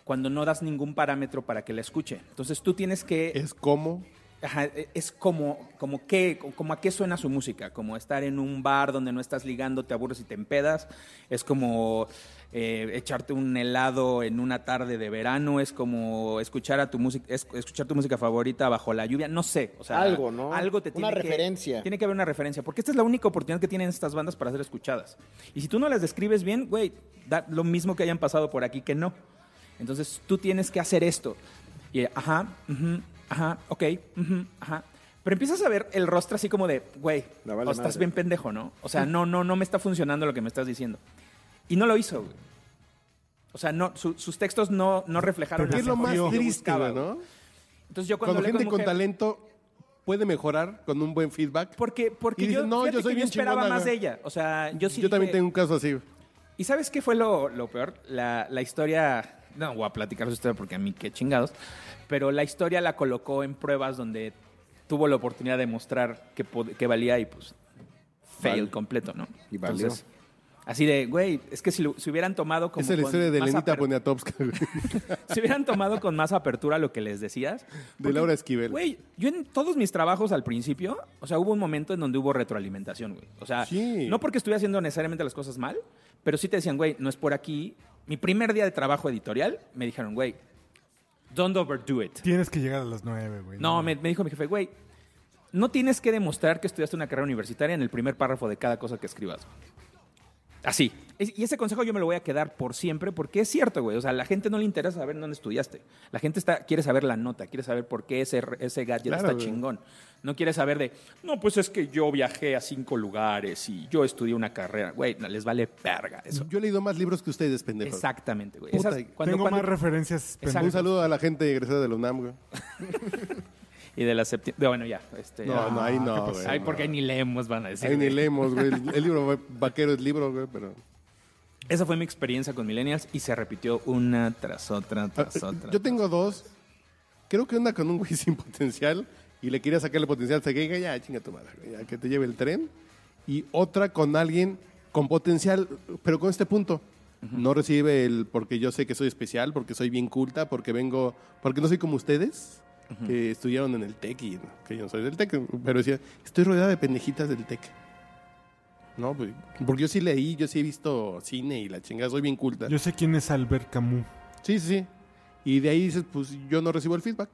[SPEAKER 8] cuando no das ningún parámetro para que la escuche. Entonces tú tienes que...
[SPEAKER 7] Es como.
[SPEAKER 8] Ajá, e- es como, como, qué, como a qué suena su música, como estar en un bar donde no estás ligando, te aburres y te empedas, es como eh, echarte un helado en una tarde de verano, es como escuchar a tu música, es- escuchar tu música favorita bajo la lluvia, no sé, o sea,
[SPEAKER 9] Algo, ¿no?
[SPEAKER 8] Algo te
[SPEAKER 9] Una
[SPEAKER 8] tiene que-
[SPEAKER 9] referencia.
[SPEAKER 8] tiene que haber una referencia, porque esta es la única oportunidad que tienen estas bandas para ser escuchadas. Y si tú no las describes bien, güey, da lo mismo que hayan pasado por aquí que no. Entonces tú tienes que hacer esto. Y eh, ajá, ujú, ajá, ok, ujú, ajá. Pero empiezas a ver el rostro así como de, güey,
[SPEAKER 9] No vale
[SPEAKER 8] o estás
[SPEAKER 9] madre.
[SPEAKER 8] bien pendejo, ¿no? O sea, no, no, no me está funcionando lo que me estás diciendo. Y no lo hizo, güey. O sea, no, su- sus textos no, no reflejaron
[SPEAKER 7] Porque es lo
[SPEAKER 8] las
[SPEAKER 7] más
[SPEAKER 8] emociones que yo
[SPEAKER 7] triste,
[SPEAKER 8] buscaba,
[SPEAKER 7] güey,
[SPEAKER 8] güey.
[SPEAKER 7] ¿no?
[SPEAKER 8] Entonces yo cuando,
[SPEAKER 7] Cuando,
[SPEAKER 8] hablé
[SPEAKER 7] gente
[SPEAKER 8] con
[SPEAKER 7] con
[SPEAKER 8] mujeres-
[SPEAKER 7] talento puede mejorar con un buen feedback.
[SPEAKER 8] Porque, porque
[SPEAKER 7] Y dices,
[SPEAKER 8] yo,
[SPEAKER 7] "No,
[SPEAKER 8] no,
[SPEAKER 7] yo soy
[SPEAKER 8] yo, que yo
[SPEAKER 7] bien
[SPEAKER 8] esperaba
[SPEAKER 7] chingona,
[SPEAKER 8] más de
[SPEAKER 7] güey".
[SPEAKER 8] ella. O sea, yo sí
[SPEAKER 7] Yo también
[SPEAKER 8] dije-
[SPEAKER 7] tengo un caso así. güey.
[SPEAKER 8] ¿Y sabes qué fue lo, lo peor? La, la historia... No, voy a platicar su historia porque a mí qué chingados. Pero la historia la colocó en pruebas donde tuvo la oportunidad de mostrar que, pod- que valía y pues fail completo, ¿no?
[SPEAKER 9] Y valió.
[SPEAKER 8] Entonces, Así de, güey, es que si, lo- si hubieran tomado como.
[SPEAKER 7] Esa es la
[SPEAKER 8] con
[SPEAKER 7] historia de
[SPEAKER 8] más
[SPEAKER 7] Lenita
[SPEAKER 8] aper-
[SPEAKER 7] Poniatowska, güey,
[SPEAKER 8] Si hubieran tomado con más apertura lo que les decías.
[SPEAKER 7] de Laura Esquivel.
[SPEAKER 8] Güey, yo en todos mis trabajos al principio, o sea, hubo un momento en donde hubo retroalimentación, güey. O sea,
[SPEAKER 7] Sí.
[SPEAKER 8] no porque estuviera haciendo necesariamente las cosas mal, pero sí te decían, güey, no es por aquí. Mi primer día de trabajo editorial, me dijeron, güey, don't overdo it.
[SPEAKER 6] Tienes que llegar a las nueve, güey.
[SPEAKER 8] No, me, me dijo mi jefe, güey, no tienes que demostrar que estudiaste una carrera universitaria en el primer párrafo de cada cosa que escribas. Así. Es- Y ese consejo yo me lo voy a quedar por siempre porque es cierto, güey. O sea, a la gente no le interesa saber dónde estudiaste. La gente está, quiere saber la nota, quiere saber por qué ese, ese gadget
[SPEAKER 7] Claro,
[SPEAKER 8] está
[SPEAKER 7] güey.
[SPEAKER 8] chingón. No quiere saber de, no, pues es que yo viajé a cinco lugares y yo estudié una carrera. Güey, no, les vale verga eso.
[SPEAKER 7] Yo he leído más libros que ustedes, pendejos.
[SPEAKER 8] Exactamente, güey.
[SPEAKER 7] Puta,
[SPEAKER 8] Esas-
[SPEAKER 7] tengo
[SPEAKER 8] cuando-
[SPEAKER 6] Tengo
[SPEAKER 8] cuando-
[SPEAKER 6] más referencias.
[SPEAKER 8] Exacto.
[SPEAKER 7] Un saludo a la gente egresada de la UNAM, güey.
[SPEAKER 8] y de la septiembre. Bueno, ya. Este,
[SPEAKER 7] No, no, ahí no, güey.
[SPEAKER 8] Ay, porque ni leemos, van a decir.
[SPEAKER 7] Ahí ni leemos, güey. El, el libro vaquero es libro, güey, pero...
[SPEAKER 8] Esa fue mi experiencia con Millennials y se repitió una tras otra, tras otra.
[SPEAKER 7] Ah, eh, Yo tengo dos. Creo que una con un güey sin potencial y le quería sacarle potencial. Se que ya, chinga tu madre, güey, ya que te lleve el tren. Y otra con alguien con potencial, pero con este punto. No recibe el porque yo sé que soy especial, porque soy bien culta, porque vengo, porque no soy como ustedes, que estudiaron en el TEC y que yo no soy del TEC, pero decía, estoy rodeada de pendejitas del TEC. No, pues, porque yo sí leí, yo sí he visto cine y la chingada, soy bien culta.
[SPEAKER 6] Yo sé quién es Albert Camus.
[SPEAKER 7] Sí, sí, sí. Y de ahí dices, pues yo no recibo el feedback.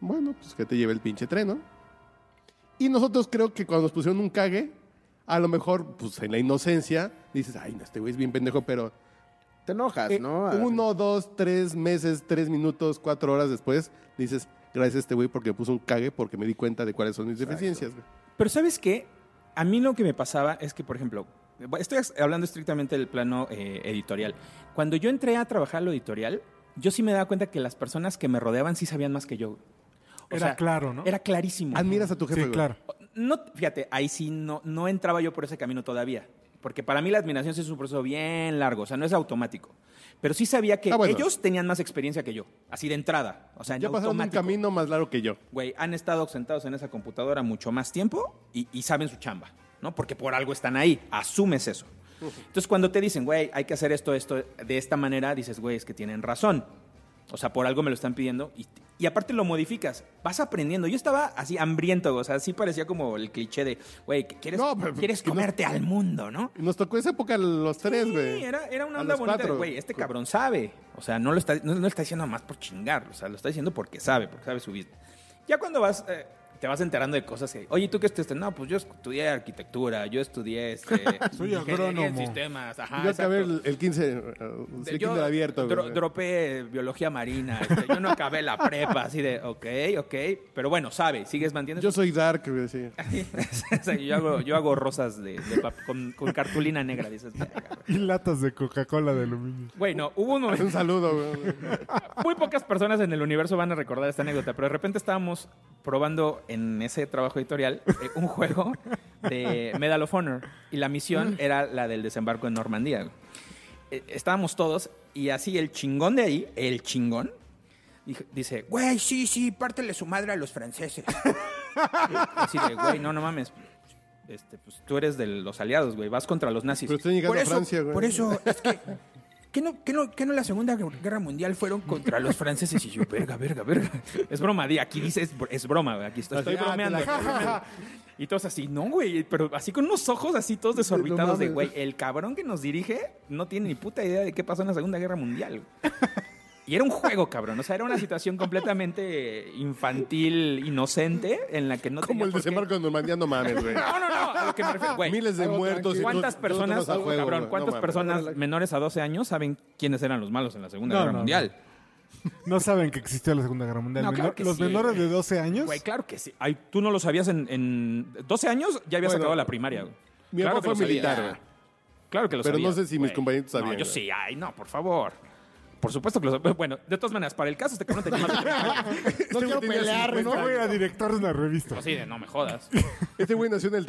[SPEAKER 7] Bueno, pues que te lleve el pinche tren, ¿no? Y nosotros creo que cuando nos pusieron un cague, a lo mejor, pues en la inocencia, dices, ay, no, este güey es bien pendejo, pero
[SPEAKER 9] Te enojas,
[SPEAKER 7] eh,
[SPEAKER 9] ¿no? Ah, A-
[SPEAKER 7] uno, dos, tres meses, tres minutos, cuatro horas después, dices, gracias a este güey porque puso un cague porque me di cuenta de cuáles son mis deficiencias. güey.
[SPEAKER 8] Pero ¿sabes qué? A mí lo que me pasaba es que, por ejemplo, estoy ex- hablando estrictamente del plano eh, editorial. Cuando yo entré a trabajar lo editorial, yo sí me daba cuenta que las personas que me rodeaban sí sabían más que yo. O
[SPEAKER 6] Era claro, ¿no?
[SPEAKER 8] Era clarísimo.
[SPEAKER 7] Admiras a tu jefe.
[SPEAKER 6] Sí,
[SPEAKER 7] güey.
[SPEAKER 6] claro.
[SPEAKER 8] No, fíjate, ahí sí no, no entraba yo por ese camino todavía. Porque para mí la admiración sí es un proceso bien largo, o sea, no es automático. Pero sí sabía que
[SPEAKER 7] Ah, bueno.
[SPEAKER 8] ellos tenían más experiencia que yo, así de entrada. O sea, en
[SPEAKER 7] Ya pasaron un
[SPEAKER 8] automático.
[SPEAKER 7] camino más largo que yo.
[SPEAKER 8] Güey, han estado sentados en esa computadora mucho más tiempo y, y saben su chamba, ¿no? Porque por algo están ahí, asumes eso. Entonces, cuando te dicen, güey, hay que hacer esto, esto, de esta manera, dices, güey, es que tienen razón. O sea, por algo me lo están pidiendo y, y aparte lo modificas, vas aprendiendo. Yo estaba así hambriento, o sea, así parecía como el cliché de, güey, que quieres,
[SPEAKER 7] No, pero-
[SPEAKER 8] quieres
[SPEAKER 7] que no-
[SPEAKER 8] comerte al mundo, ¿no?
[SPEAKER 7] Nos tocó esa época los tres,
[SPEAKER 8] Sí,
[SPEAKER 7] güey.
[SPEAKER 8] Era, era una
[SPEAKER 7] A
[SPEAKER 8] onda
[SPEAKER 7] los
[SPEAKER 8] bonita de,
[SPEAKER 7] cuatro.
[SPEAKER 8] güey, este cabrón sabe. O sea, no lo está, no, no lo está diciendo más por chingar. O sea, lo está diciendo porque sabe, porque sabe su vida. Ya cuando vas, eh, te vas enterando de cosas que, oye, ¿tú qué estudiaste? No, pues yo estudié arquitectura, yo estudié este,
[SPEAKER 6] Soy
[SPEAKER 8] ingeniería en
[SPEAKER 6] agrónomo.
[SPEAKER 8] sistemas. Ajá,
[SPEAKER 7] yo
[SPEAKER 8] Ah, exacto.
[SPEAKER 7] acabé el, el 15, eh, sí, el
[SPEAKER 8] Yo
[SPEAKER 7] 15 de abierto.
[SPEAKER 8] dro-
[SPEAKER 7] güey.
[SPEAKER 8] dropé biología marina, este, yo no acabé la prepa, así de, ok, ok, pero bueno, sabe, sigues manteniendo.
[SPEAKER 7] Yo soy dark, güey, sí.
[SPEAKER 8] O sea, yo, hago, yo hago rosas de, de pap- con, con cartulina negra, dices. "Verga, güey".
[SPEAKER 6] Y latas de Coca-Cola de aluminio.
[SPEAKER 8] Güey, no, hubo un momento.
[SPEAKER 7] Un saludo, güey.
[SPEAKER 8] Muy pocas personas en el universo van a recordar esta anécdota, pero de repente estábamos probando en ese trabajo editorial eh, un juego de Medal of Honor y la misión era la del desembarco en Normandía. güey. Eh, Estábamos todos y así el chingón de ahí, el chingón, dijo- dice, güey, sí, sí, pártele su madre a los franceses. así de, güey, no, no mames. Este, pues tú eres de los aliados, güey, vas contra los nazis.
[SPEAKER 7] Pero estoy llegando
[SPEAKER 8] Por
[SPEAKER 7] a
[SPEAKER 8] eso-
[SPEAKER 7] Francia, güey.
[SPEAKER 8] Por eso es que ¿Qué no, qué, no, qué no la Segunda Guerra Mundial fueron contra los franceses? Y yo, verga, verga, verga. Es broma, di, aquí dice, es, br- es broma, güey, aquí estoy, estoy
[SPEAKER 7] Así, ah,
[SPEAKER 8] bromeando.
[SPEAKER 7] te la-
[SPEAKER 8] estoy bromeando. Y todos así, no, güey, pero así con unos ojos así todos desorbitados de,
[SPEAKER 7] mames.
[SPEAKER 8] güey, el cabrón que nos dirige no tiene ni puta idea de qué pasó en la Segunda Guerra Mundial. güey". Y era un juego, cabrón. O sea, era una situación completamente infantil, inocente, en la que no
[SPEAKER 7] Como
[SPEAKER 8] tenía
[SPEAKER 7] el
[SPEAKER 8] por qué-
[SPEAKER 7] desembarco en Normandía, no mames, güey.
[SPEAKER 8] No, no, no, a lo que me refiero, güey.
[SPEAKER 7] Miles de
[SPEAKER 9] algo
[SPEAKER 7] muertos. y
[SPEAKER 9] tranquilo.
[SPEAKER 8] ¿Cuántas
[SPEAKER 7] tú- tú
[SPEAKER 8] personas,
[SPEAKER 7] tomas a juego,
[SPEAKER 8] cabrón,
[SPEAKER 7] güey, no
[SPEAKER 8] cuántas
[SPEAKER 7] mames.
[SPEAKER 8] personas menores a 12 años saben quiénes eran los malos en la Segunda
[SPEAKER 6] No,
[SPEAKER 8] Guerra
[SPEAKER 6] no,
[SPEAKER 8] Mundial?
[SPEAKER 6] No saben que existió la Segunda Guerra Mundial.
[SPEAKER 8] No, claro
[SPEAKER 6] Menor-
[SPEAKER 8] que
[SPEAKER 6] los
[SPEAKER 8] sí,
[SPEAKER 6] menores
[SPEAKER 8] güey.
[SPEAKER 6] de 12 años.
[SPEAKER 8] Güey, claro que sí. Ay, tú no lo sabías en, en 12 años, ya habías
[SPEAKER 7] Bueno,
[SPEAKER 8] acabado la primaria. güey.
[SPEAKER 7] Mi
[SPEAKER 8] claro
[SPEAKER 7] papá fue
[SPEAKER 8] que lo
[SPEAKER 7] militar,
[SPEAKER 8] sabía.
[SPEAKER 7] güey.
[SPEAKER 8] Claro que lo
[SPEAKER 7] Pero
[SPEAKER 8] sabía,
[SPEAKER 7] no sé si mis
[SPEAKER 8] güey.
[SPEAKER 7] compañeros
[SPEAKER 8] No,
[SPEAKER 7] sabían,
[SPEAKER 8] yo
[SPEAKER 7] güey.
[SPEAKER 8] sí, ay, no, por favor. Por supuesto que lo sabía. Bueno, de todas maneras, para el caso, este cabrón tenía más de 30 años.
[SPEAKER 7] Este güey tenía
[SPEAKER 6] Güey, no voy a director de una revista.
[SPEAKER 8] Así de, no me jodas.
[SPEAKER 7] 50. Este güey nació en el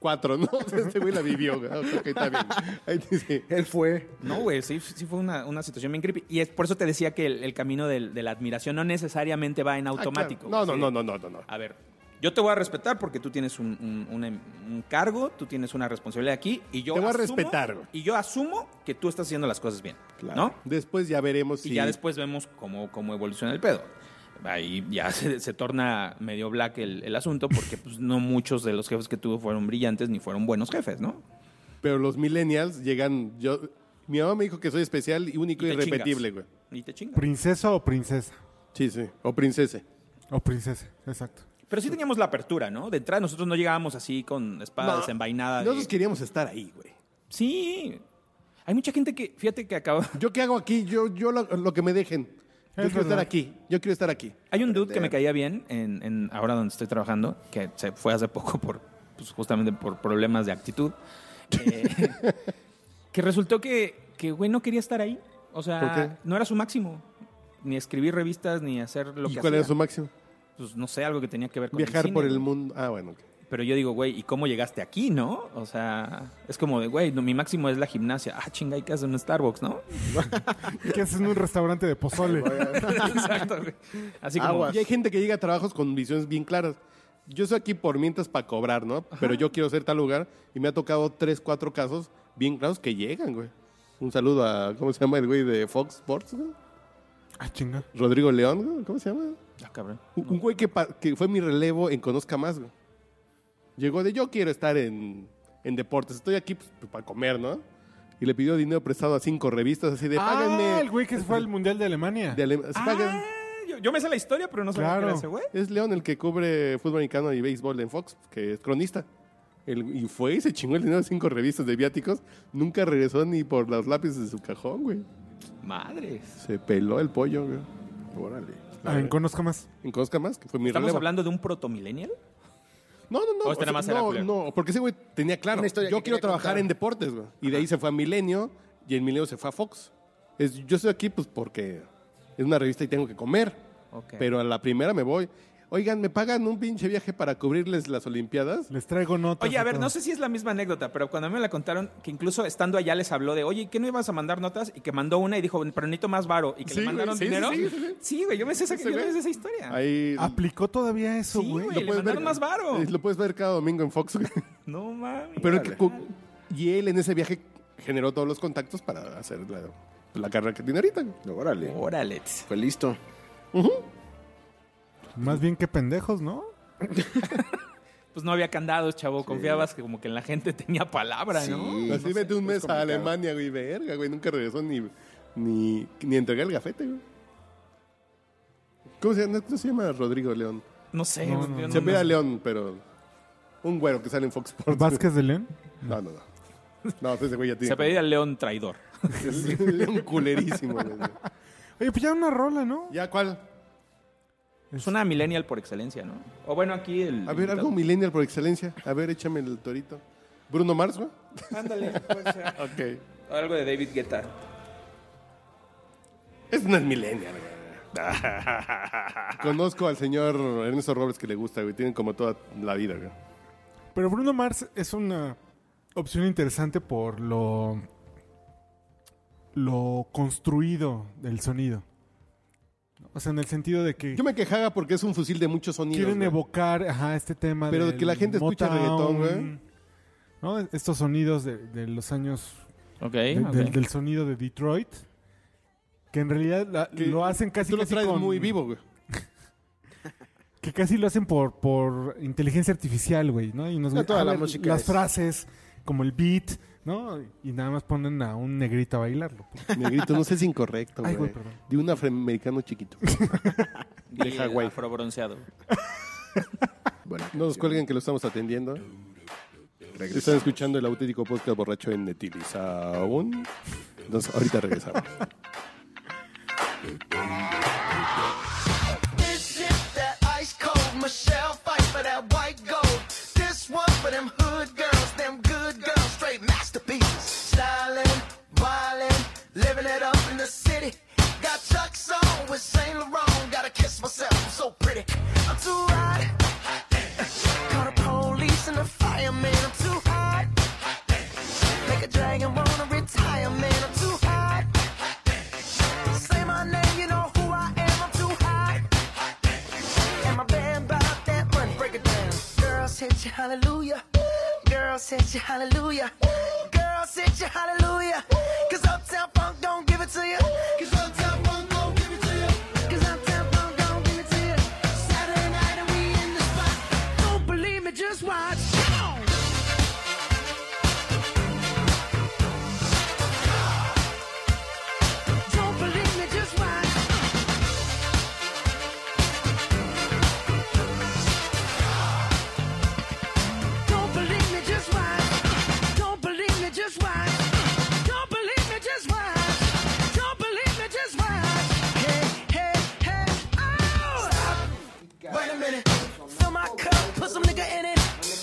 [SPEAKER 7] 34, ¿no? O sea, Este güey la vivió, güey. Ok, está bien. Ahí dice.
[SPEAKER 9] Él fue.
[SPEAKER 8] No, güey, sí, sí fue una, una situación bien creepy. Y es por eso te decía que el, el camino del- de, la admiración no necesariamente va en
[SPEAKER 7] Ah,
[SPEAKER 8] automático.
[SPEAKER 7] claro.
[SPEAKER 8] güey,
[SPEAKER 7] No,
[SPEAKER 8] así
[SPEAKER 7] no,
[SPEAKER 8] de-
[SPEAKER 7] no, no, no, no, no.
[SPEAKER 8] A ver, Yo te voy a respetar porque tú tienes un, un- un- un cargo, tú tienes una responsabilidad aquí y yo
[SPEAKER 7] Te voy a
[SPEAKER 8] asumo-
[SPEAKER 7] respetar.
[SPEAKER 8] Y yo asumo que tú estás haciendo las cosas bien,
[SPEAKER 7] Claro.
[SPEAKER 8] ¿no?
[SPEAKER 7] Después ya veremos si.
[SPEAKER 8] Y ya después vemos cómo, cómo evoluciona el pedo. Ahí ya se, se torna medio black el, el asunto porque pues, no muchos de los jefes que tuvo fueron brillantes ni fueron buenos jefes, ¿no?
[SPEAKER 7] Pero los millennials llegan. Yo, mi mamá me dijo que soy especial y único
[SPEAKER 8] Y
[SPEAKER 7] y
[SPEAKER 8] te
[SPEAKER 7] irrepetible, güey.
[SPEAKER 8] chingas. Y te chingas.
[SPEAKER 6] ¿Princesa o princesa?
[SPEAKER 7] Sí, sí. O princesa.
[SPEAKER 6] O princesa, exacto.
[SPEAKER 8] Pero sí teníamos la apertura, ¿no? De entrada nosotros no llegábamos así con espada
[SPEAKER 7] No,
[SPEAKER 8] desenvainada. de-
[SPEAKER 7] Nosotros queríamos estar ahí, güey.
[SPEAKER 8] Sí. Hay mucha gente que, fíjate que acaba...
[SPEAKER 7] ¿Yo qué hago aquí? Yo, yo lo, lo que me dejen. Yo
[SPEAKER 6] Es
[SPEAKER 7] quiero estar
[SPEAKER 6] verdad.
[SPEAKER 7] aquí. Yo quiero estar aquí.
[SPEAKER 8] Hay un dude que me caía bien en, en ahora donde estoy trabajando, que se fue hace poco por pues, justamente por problemas de actitud, eh, que resultó que, que, güey, no quería estar ahí. O
[SPEAKER 7] ¿Por qué?
[SPEAKER 8] sea, no era su máximo. Ni escribir revistas, ni hacer lo
[SPEAKER 7] ¿Y
[SPEAKER 8] que
[SPEAKER 7] cuál era
[SPEAKER 8] hacía.
[SPEAKER 7] su máximo?
[SPEAKER 8] Pues no sé, algo que tenía que ver con el
[SPEAKER 7] Viajar
[SPEAKER 8] cine,
[SPEAKER 7] por el
[SPEAKER 8] güey.
[SPEAKER 7] mundo. Ah, bueno. ok.
[SPEAKER 8] Pero yo digo, güey, ¿y cómo llegaste aquí, no? O sea, es como de, güey, no, mi máximo es la gimnasia. Ah, chinga, hay que hacer un Starbucks, ¿no?
[SPEAKER 6] ¿Qué haces en un restaurante de pozole?
[SPEAKER 8] Exacto, güey. Así como,
[SPEAKER 9] Aguas.
[SPEAKER 7] Y hay gente que llega a trabajos con visiones bien claras. Yo estoy aquí por mientras para cobrar, ¿no? Pero yo quiero ser tal lugar y me ha tocado tres, cuatro casos bien claros que llegan, güey. Un saludo a, ¿cómo se llama el güey de Fox Sports? güey?
[SPEAKER 6] ah, chinga.
[SPEAKER 7] Rodrigo León, güey, ¿cómo se llama?
[SPEAKER 8] ah, cabrón.
[SPEAKER 7] Un un güey que, pa- que fue mi relevo en Conozca Más, güey. Llegó de yo quiero estar en, en deportes, estoy aquí pues, para comer, ¿no? Y le pidió dinero prestado a cinco revistas, así de
[SPEAKER 6] Ah, el
[SPEAKER 7] páganme.
[SPEAKER 6] güey que se fue al Mundial de Alemania.
[SPEAKER 7] de Ale- así, "Pagan".
[SPEAKER 8] Ah, yo, yo me sé la historia, pero no sabía
[SPEAKER 6] Claro.
[SPEAKER 8] que era ese güey.
[SPEAKER 7] Es León el que cubre fútbol americano y béisbol en Fox, que es cronista. El- y fue y se chingó el dinero de cinco revistas de viáticos. Nunca regresó ni por los lápices de su cajón, güey.
[SPEAKER 8] Madres.
[SPEAKER 7] Se peló el pollo, güey. Órale.
[SPEAKER 6] A ver, Ah, conozco más.
[SPEAKER 7] En Cosca más, que fue mi
[SPEAKER 8] ¿Estamos
[SPEAKER 7] relevo.
[SPEAKER 8] hablando de un proto-millennial?
[SPEAKER 7] No, no, no.
[SPEAKER 8] ¿O este nada más era
[SPEAKER 7] no,
[SPEAKER 8] culero?
[SPEAKER 7] no, porque ese güey tenía claro.
[SPEAKER 9] Una historia
[SPEAKER 7] Yo
[SPEAKER 9] que
[SPEAKER 7] quiero
[SPEAKER 9] quería
[SPEAKER 7] trabajar
[SPEAKER 9] contar.
[SPEAKER 7] en deportes, güey. Y de ahí se fue a Milenio y en Milenio se fue a Fox. Es, yo estoy aquí, pues, porque es una revista y tengo que comer.
[SPEAKER 8] Ok.
[SPEAKER 7] Pero a la primera me voy. Oigan, ¿me pagan un pinche viaje para cubrirles las Olimpiadas?
[SPEAKER 6] Les traigo notas.
[SPEAKER 8] Oye, a ver,
[SPEAKER 6] todos.
[SPEAKER 8] no sé si es la misma anécdota, pero cuando a mí me la contaron, que incluso estando allá les habló de, oye, ¿qué no ibas a mandar notas? Y que mandó una y dijo, pero necesito más varo. Y que
[SPEAKER 7] Sí,
[SPEAKER 8] le mandaron
[SPEAKER 7] güey, sí,
[SPEAKER 8] dinero.
[SPEAKER 7] sí, sí, sí.
[SPEAKER 8] Sí, güey, yo me sé esa,
[SPEAKER 7] Ese
[SPEAKER 8] yo me
[SPEAKER 7] güey.
[SPEAKER 8] sé esa historia.
[SPEAKER 7] Ahí
[SPEAKER 6] ¿Aplicó todavía eso,
[SPEAKER 8] Sí,
[SPEAKER 6] güey?
[SPEAKER 8] güey. le mandaron más varo.
[SPEAKER 7] Eh, Lo puedes ver cada domingo en Fox. güey.
[SPEAKER 8] No mames.
[SPEAKER 7] Pero que cu- y él en ese viaje generó todos los contactos para hacer la, la carrera que tiene ahorita. güey.
[SPEAKER 9] Órale.
[SPEAKER 8] Órale.
[SPEAKER 9] Fue listo.
[SPEAKER 6] Más bien que pendejos, ¿no?
[SPEAKER 8] Pues no había candados, chavo. Confiabas que como que la gente tenía palabra, ¿no?
[SPEAKER 9] Sí,
[SPEAKER 7] Así
[SPEAKER 9] no
[SPEAKER 7] vete
[SPEAKER 9] sé,
[SPEAKER 7] un
[SPEAKER 9] es
[SPEAKER 7] mes a
[SPEAKER 9] complicado.
[SPEAKER 7] Alemania, güey, verga, güey. Nunca regresó ni, ni, ni a entregar el gafete, güey. ¿Cómo se llama? No se llama Rodrigo León.
[SPEAKER 8] No sé.
[SPEAKER 6] No,
[SPEAKER 8] pues,
[SPEAKER 6] no,
[SPEAKER 8] yo
[SPEAKER 6] no.
[SPEAKER 7] Se pide a León, pero un güero que sale en Fox Sports. güey.
[SPEAKER 6] Vázquez de León.
[SPEAKER 7] No, no, no. No, pues ese güey ya tiene.
[SPEAKER 8] Se pedía al león traidor.
[SPEAKER 7] León culerísimo, güey.
[SPEAKER 6] Oye, pues ya una rola, ¿no?
[SPEAKER 7] ¿Ya cuál?
[SPEAKER 8] Es una millennial por excelencia, ¿no? O bueno, aquí el...
[SPEAKER 7] A ver,
[SPEAKER 8] invitado.
[SPEAKER 7] algo millennial por excelencia. A ver, échame el torito. Bruno Mars, güey.
[SPEAKER 8] Ándale. puede ser.
[SPEAKER 7] Ok.
[SPEAKER 8] Algo de David Guetta.
[SPEAKER 7] Es no es millennial, güey. Conozco al señor Ernesto Robles que le gusta, güey. Tienen como toda la vida, güey.
[SPEAKER 6] Pero Bruno Mars es una opción interesante por lo. lo construido del sonido. O sea, en el sentido de que
[SPEAKER 7] Yo me quejaba porque es un fusil de muchos sonidos.
[SPEAKER 6] quieren
[SPEAKER 7] güey.
[SPEAKER 6] evocar ajá, este tema.
[SPEAKER 7] Pero
[SPEAKER 6] del
[SPEAKER 7] que la gente escuche reggaetón, güey.
[SPEAKER 6] ¿no? Estos sonidos de, de los años.
[SPEAKER 8] Ok.
[SPEAKER 6] de- del, del sonido de Detroit. Que en realidad la-
[SPEAKER 7] Que
[SPEAKER 6] lo hacen casi,
[SPEAKER 7] Tú lo
[SPEAKER 6] casi
[SPEAKER 7] traes
[SPEAKER 6] con-
[SPEAKER 7] muy vivo, güey.
[SPEAKER 6] Que casi lo hacen por, por inteligencia artificial, güey, ¿no? Y nos
[SPEAKER 9] Ya toda la
[SPEAKER 6] hablan
[SPEAKER 9] música
[SPEAKER 6] las
[SPEAKER 9] es-
[SPEAKER 6] frases, como el beat, ¿no? Y nada más ponen a un negrito a bailarlo.
[SPEAKER 7] Negrito, no sé si incorrecto,
[SPEAKER 6] Ay,
[SPEAKER 7] güey.
[SPEAKER 6] güey, perdón.
[SPEAKER 7] de un afroamericano chiquito.
[SPEAKER 8] de
[SPEAKER 7] Hawái.
[SPEAKER 8] Afrobronceado.
[SPEAKER 7] no nos cuelguen que lo estamos atendiendo. Están escuchando el auténtico podcast borracho en Netilizaun. Entonces, ahorita regresamos.
[SPEAKER 2] This is that ice cold Michelle fight for that white gold. This one for them hood girls, them good girls, straight masterpieces. Stylin', violin, living it up in the city. Got Chuck's on with Saint Laurent. Gotta kiss myself, I'm so pretty. I'm too hot. Call the police and the fireman. I'm too hot. Make a dragon wanna retire, man. I'm too hot. Say my name, you know who hallelujah. Girl said you hallelujah. Girl said you hallelujah. Cause Uptown Funk don't give it to you. Cause Uptown Funk don't give it to you. Cause Uptown Funk don't give it to you. Saturday night and we in the spot. Don't believe me, just watch. Come on. Don't believe me, just watch. Don't believe me, just watch. Don't believe me, just watch. Don't believe me, just watch. Don't believe me, just watch. Hey, hey, hey, oh! Wait a minute. Fill my cup, put some nigga in it.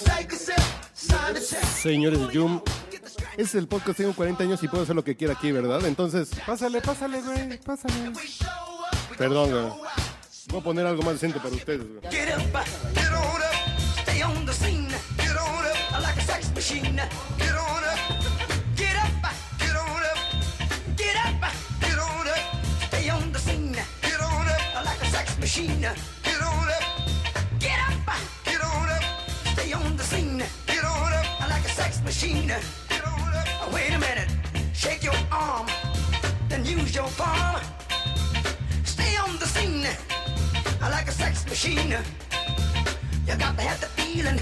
[SPEAKER 2] Take a sip, sign the check.
[SPEAKER 7] Señores de Yum,
[SPEAKER 2] Get the straight.
[SPEAKER 7] es el podcast, tengo 40 años y puedo hacer lo que quiera aquí, ¿verdad? Entonces,
[SPEAKER 6] Pásale, pásale, güey, pásale.
[SPEAKER 2] We show up. We
[SPEAKER 7] perdón,
[SPEAKER 2] gon'
[SPEAKER 7] güey.
[SPEAKER 2] show up.
[SPEAKER 7] Voy a poner algo más decente para ustedes, güey.
[SPEAKER 2] Get up, get on up, stay on the scene. Get on up, like a sex machine. Get on up, get up, get on up, get up, get on up, stay on the scene. Get on up, like a sex machine. Get on up, get up, get on up, stay on the scene. Get on up, like a sex machine. Get on up. Oh, Wait a minute, shake your arm, then use your palm. Stay on the scene. I like a sex machine. You got to have the feeling.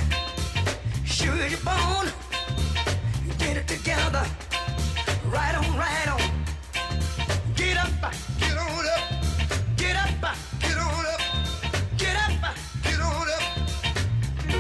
[SPEAKER 2] Sure you're born. Get it together. Right on, right on. Get up, get on up. Get up, get on up. Get up, get on up.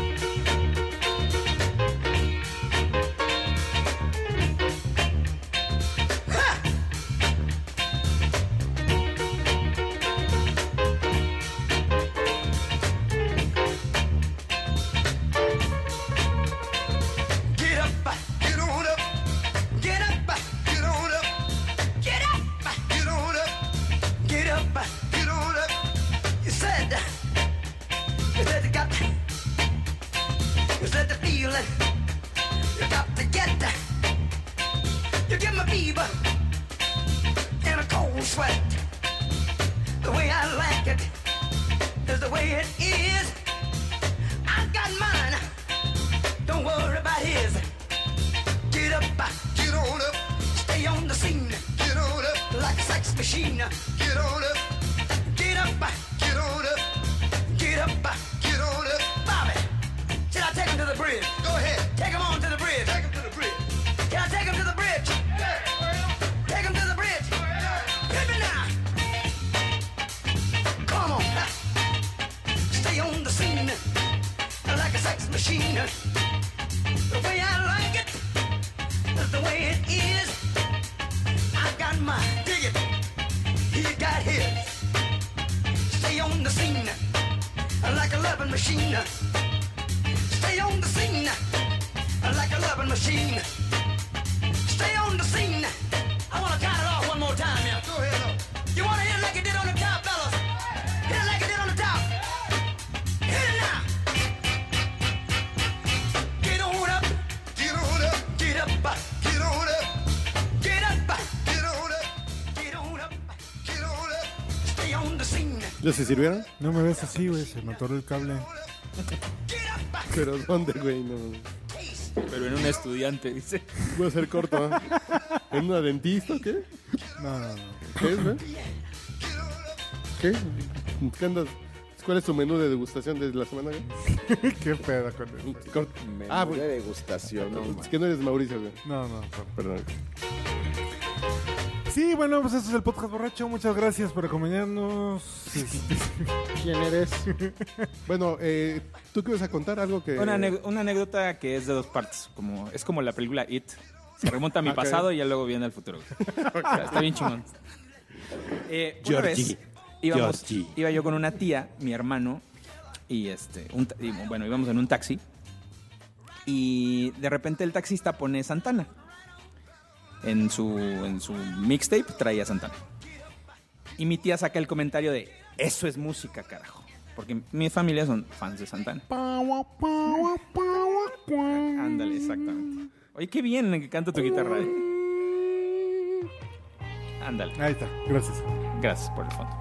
[SPEAKER 2] Get up, get on up. Get up, get on up. Get up, get on up. Get up, get on up. You said, you said you got, you said the feeling. You got to get that. You give me fever and a cold sweat. The way I like it is the way it is. I got mine. Don't worry about his. Get up, get on up. Stay on the scene. Get on up. Like a sex machine. Get on up. Get up, get on up. Get up, get on up. Bobby, should I take him to the bridge? Go ahead. Take him on to the bridge. Take him to the bridge. Can I take him to the bridge? Take him to the bridge. Hit me now. Come on. Stay on the scene. Like a sex machine. The way I like it is the way it is. I got my dig it. He got his. Stay on the scene like a loving machine. Stay on the scene like a loving machine. Stay on the scene. I want to count it off one more time now. Go ahead. You want to hit it like you did on the top, fellas? Hit it like you did on the top. Hit it now. Get on up, get on up, get up, get on up, get up, get on up, get on up, get on up, stay on the scene,
[SPEAKER 7] ¿Ya se sirvieron?
[SPEAKER 6] No me ves así, güey, se me atoró el cable.
[SPEAKER 2] get up,
[SPEAKER 7] Pero ¿dónde, güey? No, güey.
[SPEAKER 2] taste,
[SPEAKER 8] Pero en un estudiante, dice.
[SPEAKER 7] voy a ser corto, ¿eh? ¿En una dentista o qué?
[SPEAKER 6] No, no, no.
[SPEAKER 7] ¿Qué es, güey? ¿Qué? ¿Qué andas? ¿Cuál es tu menú de degustación de la semana, güey?
[SPEAKER 6] Qué pedo con él.
[SPEAKER 7] Corto.
[SPEAKER 9] Menuda
[SPEAKER 7] Ah, güey.
[SPEAKER 9] degustación, no,
[SPEAKER 7] Es
[SPEAKER 9] man.
[SPEAKER 7] que no eres Mauricio, güey.
[SPEAKER 6] No, no, no.
[SPEAKER 7] Perdón.
[SPEAKER 6] Sí, bueno, pues eso es el podcast borracho. Muchas gracias por acompañarnos.
[SPEAKER 9] ¿Quién eres?
[SPEAKER 7] Bueno, eh, ¿tú qué ibas a contar? Algo que...
[SPEAKER 8] Una, ane- una anécdota que es de dos partes. Como, es como la película It. Se remonta a mi
[SPEAKER 7] Ok.
[SPEAKER 8] pasado y ya luego viene al futuro. Está bien chingón. Eh, una vez íbamos- iba yo con una tía, mi hermano, y este, un ta- y, bueno, íbamos en un taxi. Y de repente el taxista pone Santana. En su, en su mixtape traía Santana. Y mi tía saca el comentario de, eso es música, carajo. Porque mi familia son fans de Santana. Ándale, exactamente. Oye, qué bien que canta tu guitarra. eh. Ándale.
[SPEAKER 6] Ahí está, gracias.
[SPEAKER 8] Gracias por el fondo.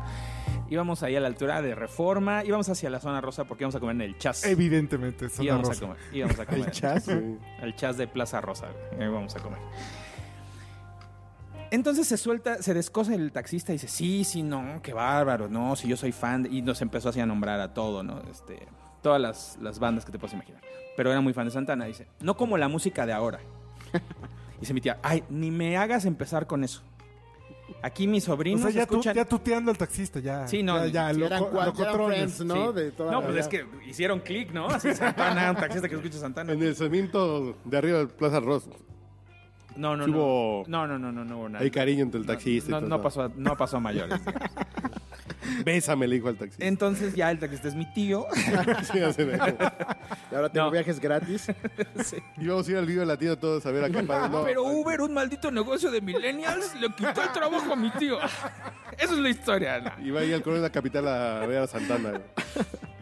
[SPEAKER 8] Íbamos ahí a la altura de Reforma, íbamos hacia la zona rosa porque íbamos a comer en el chas.
[SPEAKER 6] Evidentemente, zona
[SPEAKER 8] íbamos
[SPEAKER 6] rosa.
[SPEAKER 8] a comer, íbamos a comer.
[SPEAKER 6] El chas, güey.
[SPEAKER 8] Al chas de Plaza Rosa, güey. Ahí vamos a comer. Entonces se suelta, se descosa el taxista y dice, sí, sí, no, qué bárbaro, no, si yo soy fan, de-". y nos empezó así a nombrar a todo, ¿no? Este, todas las, las bandas que te puedes imaginar. Pero era muy fan de Santana, dice, no como la música de ahora. dice mi tía, ay, ni me hagas empezar con eso. Aquí mis
[SPEAKER 6] O
[SPEAKER 8] sobrinos
[SPEAKER 6] sea, ya,
[SPEAKER 8] escuchan...
[SPEAKER 6] tu- ya tuteando al taxista, ya.
[SPEAKER 8] Sí, no,
[SPEAKER 6] ya, ya, lo,
[SPEAKER 9] eran cua-
[SPEAKER 6] co- lo
[SPEAKER 9] eran
[SPEAKER 6] controles.
[SPEAKER 9] friends, ¿no?
[SPEAKER 8] Sí.
[SPEAKER 9] De toda
[SPEAKER 8] no,
[SPEAKER 9] la vida.
[SPEAKER 8] pues es que hicieron clic, ¿no? Así Santana, un taxista que escucha Santana.
[SPEAKER 7] En el cemento de arriba del Plaza Rosa.
[SPEAKER 8] No, no,
[SPEAKER 7] Sí
[SPEAKER 8] no.
[SPEAKER 7] hubo-
[SPEAKER 8] No, no, no, no, no hubo nada.
[SPEAKER 7] Hay cariño entre el taxista
[SPEAKER 8] No,
[SPEAKER 7] y
[SPEAKER 8] no,
[SPEAKER 7] todo.
[SPEAKER 8] no pasó, a- no pasó a mayores. digamos.
[SPEAKER 7] Bésame, le dijo al taxista.
[SPEAKER 8] Entonces ya el taxista es mi tío.
[SPEAKER 7] Sí, así de-
[SPEAKER 9] Y ahora tengo
[SPEAKER 8] No.
[SPEAKER 9] viajes gratis.
[SPEAKER 7] Íbamos a ir al video latino todos a ver a qué padre. No,
[SPEAKER 8] Ah, Pero Uber, un maldito negocio de millennials, le quitó el trabajo a mi tío. Esa es la historia. No,
[SPEAKER 7] Iba a ir al Correo de la Capital a ver a Santana. güey.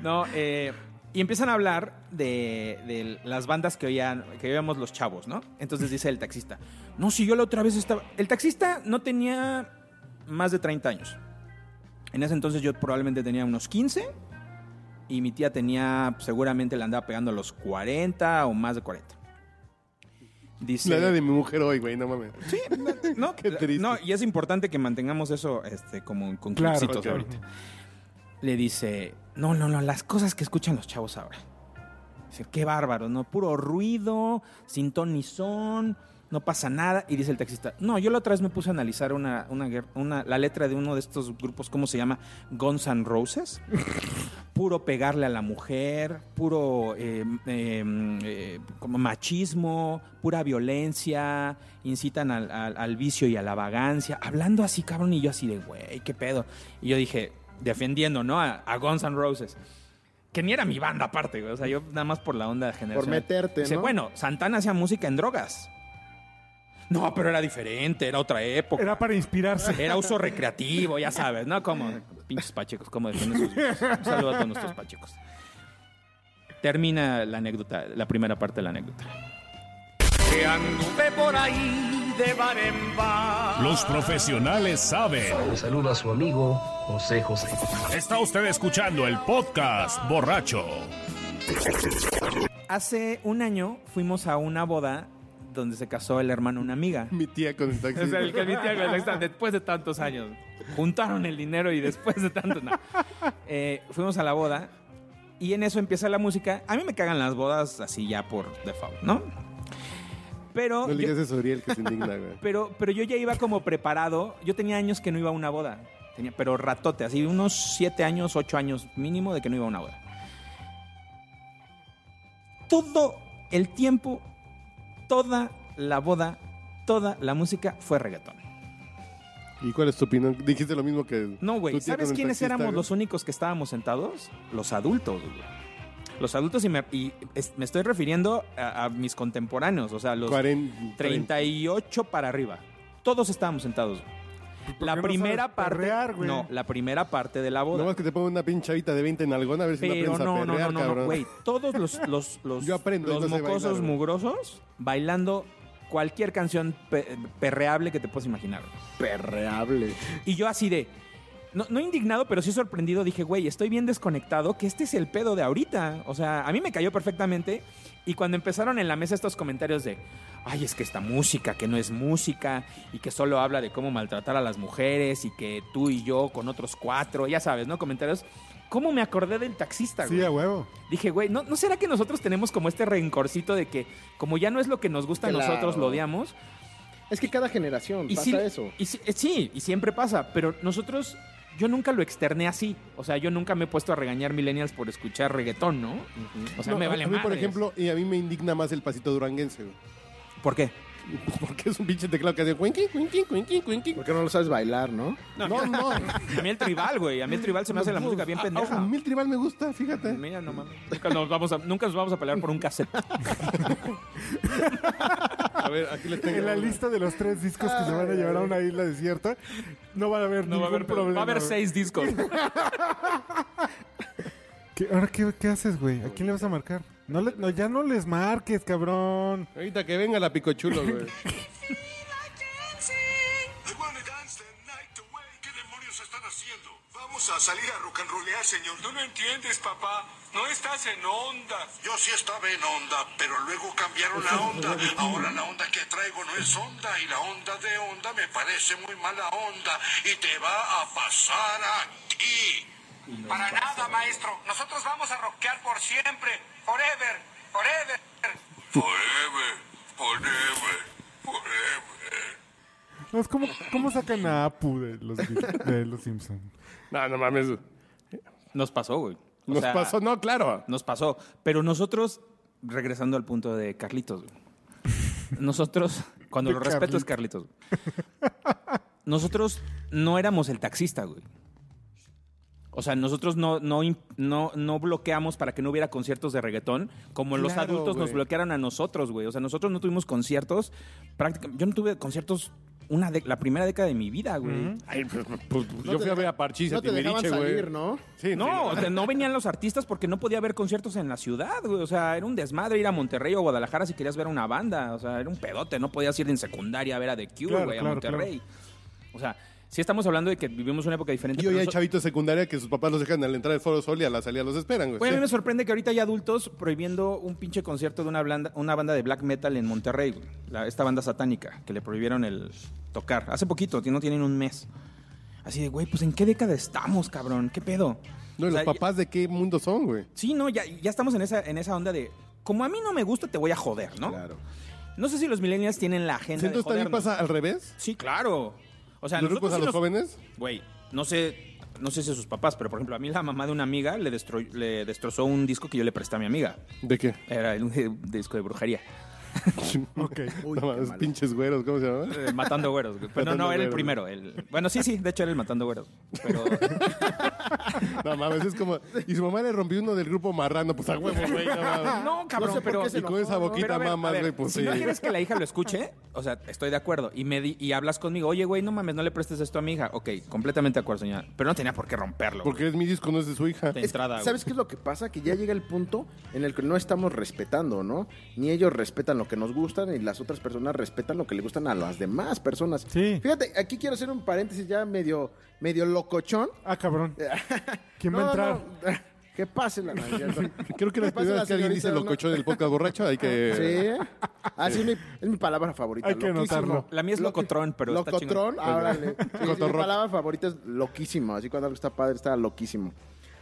[SPEAKER 8] No, eh, y empiezan a hablar de, de las bandas que oían, que oíamos los chavos, ¿no? Entonces dice el taxista, no, si yo la otra vez estaba... El taxista no tenía más de 30 años. En ese entonces yo probablemente tenía unos 15 y mi tía tenía, seguramente le andaba pegando a los 40 o más de 40. Dice,
[SPEAKER 7] La edad de mi mujer hoy, güey, no mames.
[SPEAKER 8] No,
[SPEAKER 7] Qué triste.
[SPEAKER 8] no, y es importante que mantengamos eso este, como con
[SPEAKER 6] Claro,
[SPEAKER 8] clipsitos
[SPEAKER 7] claro.
[SPEAKER 8] ahorita. Le dice, no, no, no, las cosas que escuchan los chavos ahora. Dice, qué bárbaro, ¿no? Puro ruido, sin ton ni son, no pasa nada. Y dice el taxista, no, yo la otra vez me puse a analizar una, una, guer- una- la letra de uno de estos grupos, ¿cómo se llama? Guns N' Roses. puro pegarle a la mujer, puro eh, eh, eh, como machismo, pura violencia, incitan al, al- al vicio y a la vagancia, hablando así, cabrón, y yo así de, güey, qué pedo. Y yo dije, defendiendo, ¿no? A, a Guns N' Roses. Que ni era mi banda aparte, güey. O sea, yo nada más por la onda general.
[SPEAKER 9] meterte,
[SPEAKER 8] Dice,
[SPEAKER 9] ¿no?
[SPEAKER 8] bueno, Santana hacía música en drogas. No, pero era diferente, era otra época.
[SPEAKER 6] Era para inspirarse.
[SPEAKER 8] Era uso recreativo, ya sabes, ¿no? Como pinches pachecos, como defienden sus gustos. Un saludo a todos nuestros pachecos. Termina la anécdota, la primera parte de la anécdota.
[SPEAKER 1] Los profesionales saben.
[SPEAKER 5] Un saludo a su amigo José José.
[SPEAKER 1] Está usted escuchando el podcast borracho.
[SPEAKER 8] Hace un año fuimos a una boda donde se casó el hermano de una amiga.
[SPEAKER 7] Mi tía con el taxista.
[SPEAKER 8] O sea, el que mi tía con el taxista, después de tantos años. Juntaron el dinero y después de tanto. no. Eh, fuimos a la boda y en eso empieza la música. A mí me cagan las bodas así ya por default, ¿no? Pero.
[SPEAKER 7] No le
[SPEAKER 8] yo-
[SPEAKER 7] digas eso a Uriel que se indigna, güey.
[SPEAKER 8] Pero, pero yo ya iba como preparado. Yo tenía años que no iba a una boda. Tenía, pero ratote, así unos siete años, ocho años mínimo de que no iba a una boda. Todo el tiempo, toda la boda, toda la música fue reggaetón.
[SPEAKER 7] ¿Y cuál es tu opinión? Dijiste lo mismo que.
[SPEAKER 8] No,
[SPEAKER 7] tu
[SPEAKER 8] güey.
[SPEAKER 7] tía
[SPEAKER 8] ¿Sabes
[SPEAKER 7] con el
[SPEAKER 8] quiénes
[SPEAKER 7] taxista,
[SPEAKER 8] éramos
[SPEAKER 7] güey.
[SPEAKER 8] los únicos que estábamos sentados? Los adultos, güey. Los adultos y me, y es- me estoy refiriendo a, a mis contemporáneos, o sea, los
[SPEAKER 7] Cuaren-
[SPEAKER 8] 38 para arriba. Todos estábamos sentados.
[SPEAKER 6] qué
[SPEAKER 8] La
[SPEAKER 6] no
[SPEAKER 8] primera
[SPEAKER 6] sabes
[SPEAKER 8] parte.
[SPEAKER 6] perrear, güey?
[SPEAKER 8] no, la primera parte de la boda.
[SPEAKER 7] Nomás que te ponga una pinche chavita de 20 en algón a ver si la
[SPEAKER 8] pero
[SPEAKER 7] prensa
[SPEAKER 8] no, no, no,
[SPEAKER 7] perrear,
[SPEAKER 8] no, no,
[SPEAKER 7] cabrón.
[SPEAKER 8] güey. Todos los, los, los,
[SPEAKER 7] Yo aprendo,
[SPEAKER 8] los
[SPEAKER 7] no sé
[SPEAKER 8] mocosos
[SPEAKER 7] bailar, güey.
[SPEAKER 8] mugrosos bailando cualquier canción pe- perreable que te puedas imaginar.
[SPEAKER 9] Perreable.
[SPEAKER 8] Y yo así de. No, no indignado, pero sí sorprendido, dije, güey, estoy bien desconectado, que este es el pedo de ahorita. O sea, a mí me cayó perfectamente. Y cuando empezaron en la mesa estos comentarios de, ay, es que esta música, que no es música, y que solo habla de cómo maltratar a las mujeres, y que tú y yo con otros cuatro, ya sabes, ¿no? Comentarios. ¿Cómo me acordé del taxista, güey?
[SPEAKER 6] Sí, a huevo.
[SPEAKER 8] Dije, güey, ¿no, ¿no será que nosotros tenemos como este rencorcito de que, como ya no es lo que nos gusta, a
[SPEAKER 9] Claro.
[SPEAKER 8] nosotros lo odiamos?
[SPEAKER 9] Es que cada generación pasa
[SPEAKER 8] sí-
[SPEAKER 9] eso.
[SPEAKER 8] y sí, eh, sí, y siempre pasa, pero nosotros, yo nunca lo externé así. O sea, yo nunca me he puesto a regañar millennials por escuchar reggaetón, ¿no? O sea,
[SPEAKER 7] No,
[SPEAKER 8] me
[SPEAKER 7] a-
[SPEAKER 8] vale
[SPEAKER 7] a mí, por
[SPEAKER 8] madres.
[SPEAKER 7] ejemplo, y a mí me indigna más el pasito duranguense, güey.
[SPEAKER 8] ¿Por qué?
[SPEAKER 7] Porque es un pinche teclado que hace cuenqui, cuenqui, cuenqui, cuenqui.
[SPEAKER 9] Porque no lo sabes bailar, ¿no?
[SPEAKER 7] No, no.
[SPEAKER 8] A mí el tribal, güey. A mí el tribal se me hace la música bien
[SPEAKER 7] A- A,
[SPEAKER 8] pendeja.
[SPEAKER 7] Ah, mil tribal me gusta, fíjate.
[SPEAKER 8] Mira, no mames. Nunca nos vamos a, nunca nos vamos a pelear por un cassette.
[SPEAKER 7] A ver, aquí les tengo.
[SPEAKER 6] En la lista de los tres discos que se van a llevar a una isla desierta, no van a haber
[SPEAKER 8] No va a
[SPEAKER 6] ningún problema.
[SPEAKER 8] haber problema. Va a haber
[SPEAKER 6] güey.
[SPEAKER 8] seis discos.
[SPEAKER 6] ¿Qué- ahora, qué, qué haces, güey? ¿A quién le vas a marcar? No, le- no, ya no les marques, cabrón.
[SPEAKER 7] Ahorita que venga la picochulo, güey.
[SPEAKER 5] ¿Qué demonios están haciendo? Vamos
[SPEAKER 11] vamos a salir a rocanrolear, señor.
[SPEAKER 12] No lo entiendes, papá. No estás en onda.
[SPEAKER 11] Yo sí estaba en onda, pero luego cambiaron la onda. Ahora la onda que traigo no es onda y la onda de onda me parece muy mala onda y te va a pasar a ti.
[SPEAKER 12] Para nada, maestro. Nosotros vamos a rockear por siempre. Forever, forever.
[SPEAKER 11] Forever, forever, forever.
[SPEAKER 6] No, es como, ¿Cómo sacan a Apu de los, de los Simpsons?
[SPEAKER 7] No, no mames.
[SPEAKER 8] Nos pasó, güey. O
[SPEAKER 7] Nos
[SPEAKER 8] sea,
[SPEAKER 7] pasó, no, claro.
[SPEAKER 8] Nos pasó. Pero nosotros, regresando al punto de Carlitos, güey. nosotros, cuando
[SPEAKER 6] De
[SPEAKER 8] lo respeto es Carlitos, güey. nosotros no éramos el taxista, güey. O sea, nosotros no, no, im- no, no bloqueamos para que no hubiera conciertos de reggaetón, como los
[SPEAKER 7] Claro,
[SPEAKER 8] adultos nos
[SPEAKER 7] güey.
[SPEAKER 8] bloquearon a nosotros, güey. O sea, nosotros no tuvimos conciertos. prácticamente- yo no tuve conciertos una de- la primera década de mi vida, güey.
[SPEAKER 7] Ay, pues, pues,
[SPEAKER 9] No
[SPEAKER 7] yo
[SPEAKER 9] te
[SPEAKER 7] fui a ver
[SPEAKER 9] deja-
[SPEAKER 7] a Parchís a
[SPEAKER 9] No te dejaban
[SPEAKER 7] Timbiriche, güey.
[SPEAKER 9] salir, ¿no?
[SPEAKER 7] Sí,
[SPEAKER 8] No, o sea, no venían los artistas porque no podía haber conciertos en la ciudad, güey. O sea, era un desmadre ir a Monterrey o Guadalajara si querías ver a una banda. O sea, era un pedote. No podías ir en secundaria a ver a The Cure,
[SPEAKER 6] Claro,
[SPEAKER 8] güey, a
[SPEAKER 6] claro,
[SPEAKER 8] Monterrey. O sea, sí estamos hablando de que vivimos una época diferente.
[SPEAKER 7] Y hoy
[SPEAKER 8] pero
[SPEAKER 7] hay
[SPEAKER 8] noso-
[SPEAKER 7] chavitos de secundaria que sus papás los dejan al entrar al Foro Sol y a la salida los esperan, güey.
[SPEAKER 8] Güey, a mí me
[SPEAKER 7] Sí.
[SPEAKER 8] sorprende que ahorita hay adultos prohibiendo un pinche concierto de una, blanda- una banda de black metal en Monterrey, güey. La- esta banda satánica, que le prohibieron el tocar. Hace poquito, no tienen un mes. Así de, güey, pues ¿en qué década estamos, cabrón? ¿Qué pedo?
[SPEAKER 7] No, ¿y
[SPEAKER 8] O
[SPEAKER 7] los
[SPEAKER 8] sea,
[SPEAKER 7] papás de qué mundo son, güey.
[SPEAKER 8] Sí, no, ya, ya estamos en esa, en esa onda de, como a mí no me gusta, te voy a joder, ¿no?
[SPEAKER 7] Claro.
[SPEAKER 8] No sé si los millennials tienen la agenda
[SPEAKER 7] Entonces
[SPEAKER 8] de
[SPEAKER 7] también
[SPEAKER 8] jodernos.
[SPEAKER 7] pasa al revés.
[SPEAKER 8] Sí, claro. O sea,
[SPEAKER 7] Los
[SPEAKER 8] nosotros
[SPEAKER 7] ricos a
[SPEAKER 8] sí
[SPEAKER 7] los
[SPEAKER 8] nos-
[SPEAKER 7] jóvenes.
[SPEAKER 8] Güey, no sé, no sé si sus papás, pero por ejemplo, a mí la mamá de una amiga le, destro- le destrozó un disco que yo le presté a mi amiga.
[SPEAKER 7] ¿De qué?
[SPEAKER 8] Era un di- disco de brujería.
[SPEAKER 6] Ok.
[SPEAKER 9] Uy,
[SPEAKER 7] no,
[SPEAKER 9] qué
[SPEAKER 7] mames,
[SPEAKER 9] malo.
[SPEAKER 7] pinches güeros, ¿cómo se llama?
[SPEAKER 8] Eh, Matando güeros. güey. Pero
[SPEAKER 7] Matando
[SPEAKER 8] no, era el
[SPEAKER 7] güeros.
[SPEAKER 8] primero. el- Bueno, sí, sí, de hecho era el matando güeros. Pero
[SPEAKER 7] No mames, es como. Y su mamá le rompió uno del grupo marrano, pues a huevo, güey. No, mames.
[SPEAKER 8] No, cabrón,
[SPEAKER 9] No sé por
[SPEAKER 8] pero.
[SPEAKER 9] qué se
[SPEAKER 7] Y con esa
[SPEAKER 8] Pero
[SPEAKER 7] boquita
[SPEAKER 8] a ver, a
[SPEAKER 7] mamas,
[SPEAKER 8] ver,
[SPEAKER 7] güey, pues
[SPEAKER 8] si
[SPEAKER 7] sí.
[SPEAKER 8] no quieres que la hija lo escuche, o sea, estoy de acuerdo. Y, me di- y hablas conmigo, oye, güey, no mames, no le prestes esto a mi hija. Ok, completamente de acuerdo, señora. Pero no tenía por qué romperlo. güey,
[SPEAKER 7] Porque es mi disco, no es de su hija.
[SPEAKER 8] de entrada, güey.
[SPEAKER 9] ¿Sabes qué es lo que pasa? Que ya llega el punto en el que no estamos respetando, ¿no? Ni ellos respetan lo que nos gustan y las otras personas respetan lo que le gustan a las demás personas.
[SPEAKER 6] Sí.
[SPEAKER 9] Fíjate, aquí quiero hacer un paréntesis ya medio, medio locochón.
[SPEAKER 6] Ah, cabrón. ¿Quién va a entrar?
[SPEAKER 9] No, no. Que pase la Navidad.
[SPEAKER 7] Creo que la
[SPEAKER 9] Que pase
[SPEAKER 7] primera vez que alguien dice
[SPEAKER 9] señorita,
[SPEAKER 7] lo
[SPEAKER 9] ¿no?
[SPEAKER 7] cochó del podcast borracho, hay que.
[SPEAKER 9] Sí. Así es, mi, es mi palabra favorita.
[SPEAKER 6] Hay que
[SPEAKER 9] loquísimo.
[SPEAKER 6] anotarlo.
[SPEAKER 8] La mía es
[SPEAKER 9] Loqui-
[SPEAKER 8] locotrón, pero está
[SPEAKER 9] Locotrón,
[SPEAKER 8] chingón.
[SPEAKER 9] ah, órale. Sí, sí, mi
[SPEAKER 7] Cotorrón.
[SPEAKER 9] palabra favorita es loquísimo. Así cuando algo está padre, está loquísimo.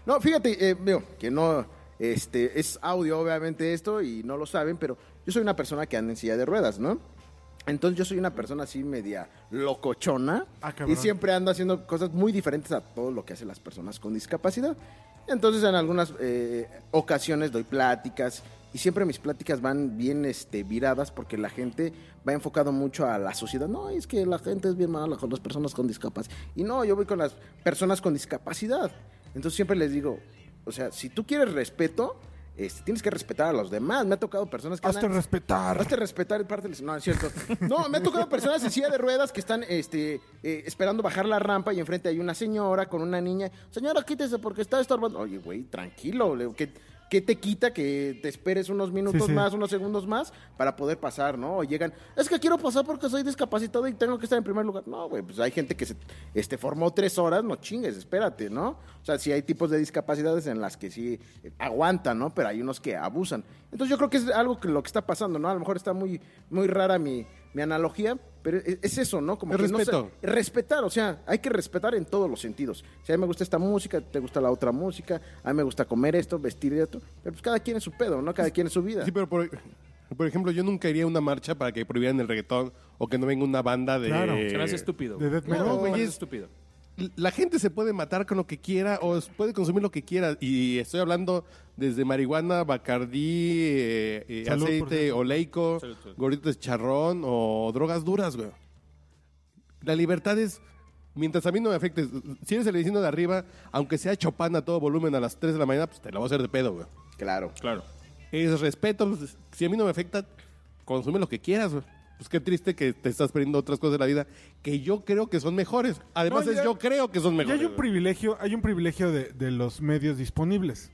[SPEAKER 9] No, fíjate, eh, veo que no. Este, es audio, obviamente, esto, y no lo saben, pero yo soy una persona que anda en silla de ruedas, ¿no? Entonces yo soy una persona así media locochona
[SPEAKER 6] Ah, cabrón.
[SPEAKER 9] y siempre ando haciendo cosas muy diferentes a todo lo que hacen las personas con discapacidad. Entonces en algunas eh, ocasiones doy pláticas y siempre mis pláticas van bien este, viradas porque la gente va enfocado mucho a la sociedad. No, es que la gente es bien mala con las personas con discapacidad. Y no, yo voy con las personas con discapacidad. Entonces siempre les digo, o sea, si tú quieres respeto, este, tienes que respetar a los demás. Me ha tocado personas que...
[SPEAKER 6] Hazte
[SPEAKER 9] andan-
[SPEAKER 6] respetar.
[SPEAKER 9] Hazte respetar el parte del... No, es cierto. No, me ha tocado personas en silla de ruedas que están este, eh, esperando bajar la rampa y enfrente hay una señora con una niña. Señora, quítese porque está estorbando. Oye, güey, tranquilo. le digo, ¿Qué, qué te quita que te esperes unos minutos
[SPEAKER 6] Sí, sí.
[SPEAKER 9] más, unos segundos más para poder pasar, no? O llegan, es que quiero pasar porque soy discapacitado y tengo que estar en primer lugar. No, güey, pues hay gente que se este, formó tres horas. No chingues, espérate, ¿no? O sea, sí hay tipos de discapacidades en las que sí eh, aguantan, ¿no? Pero hay unos que abusan. Entonces yo creo que es algo que lo que está pasando, ¿no? A lo mejor está muy, muy rara mi, mi analogía, pero es, es eso, ¿no? Como
[SPEAKER 7] Es
[SPEAKER 9] que no sé-
[SPEAKER 7] respeto.
[SPEAKER 9] respetar, o sea, hay que respetar en todos los sentidos. Si a mí me gusta esta música, te gusta la otra música, a mí me gusta comer esto, vestir y otro, pero pues cada quien es su pedo, ¿no? Cada quien es su vida.
[SPEAKER 7] Sí, pero por, por ejemplo, yo nunca iría a una marcha para que prohibieran el reggaetón o que no venga una banda de.
[SPEAKER 6] Claro. Se
[SPEAKER 8] Se me hace estúpido.
[SPEAKER 6] De
[SPEAKER 8] güey.
[SPEAKER 6] death metal.
[SPEAKER 7] No, güey,
[SPEAKER 8] Se me hace
[SPEAKER 7] es-
[SPEAKER 8] estúpido.
[SPEAKER 7] La gente se puede matar con lo que quiera o s- puede consumir lo que quiera. Y estoy hablando desde marihuana, bacardí, eh, eh,
[SPEAKER 6] Salud, por
[SPEAKER 7] aceite
[SPEAKER 6] cierto.
[SPEAKER 7] oleico, gorritos de charrón o drogas duras, güey. La libertad es, mientras a mí no me afectes, si eres el vecino de arriba, aunque sea chopán a todo volumen a las 3 de la mañana, pues te la voy a hacer de pedo, güey.
[SPEAKER 9] Claro.
[SPEAKER 8] Claro.
[SPEAKER 7] Es respeto, pues, si a mí no me afecta, consume lo que quieras, güey. Pues qué triste que te estás perdiendo otras cosas de la vida que yo creo que son mejores. Además,
[SPEAKER 6] No,
[SPEAKER 7] es
[SPEAKER 6] ya-
[SPEAKER 7] yo creo que son
[SPEAKER 6] Y
[SPEAKER 7] mejores.
[SPEAKER 6] hay un
[SPEAKER 7] güey.
[SPEAKER 6] privilegio, hay un privilegio de, de los medios disponibles.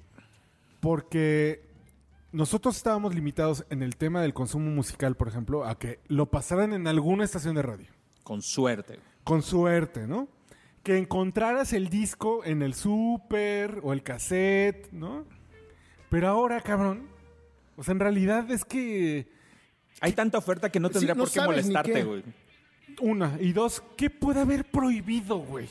[SPEAKER 6] Porque nosotros estábamos limitados en el tema del consumo musical, por ejemplo, a que lo pasaran en alguna estación de radio.
[SPEAKER 8] Con suerte.
[SPEAKER 6] Con suerte, ¿no? que encontraras el disco en el súper o el cassette, ¿no? Pero ahora, cabrón, o sea, en realidad es que
[SPEAKER 8] Hay tanta oferta que no
[SPEAKER 9] Sí,
[SPEAKER 8] tendría
[SPEAKER 9] no
[SPEAKER 8] por qué
[SPEAKER 9] sabes ni
[SPEAKER 8] molestarte,
[SPEAKER 9] qué.
[SPEAKER 8] güey.
[SPEAKER 6] una y dos, ¿qué puede haber prohibido, güey?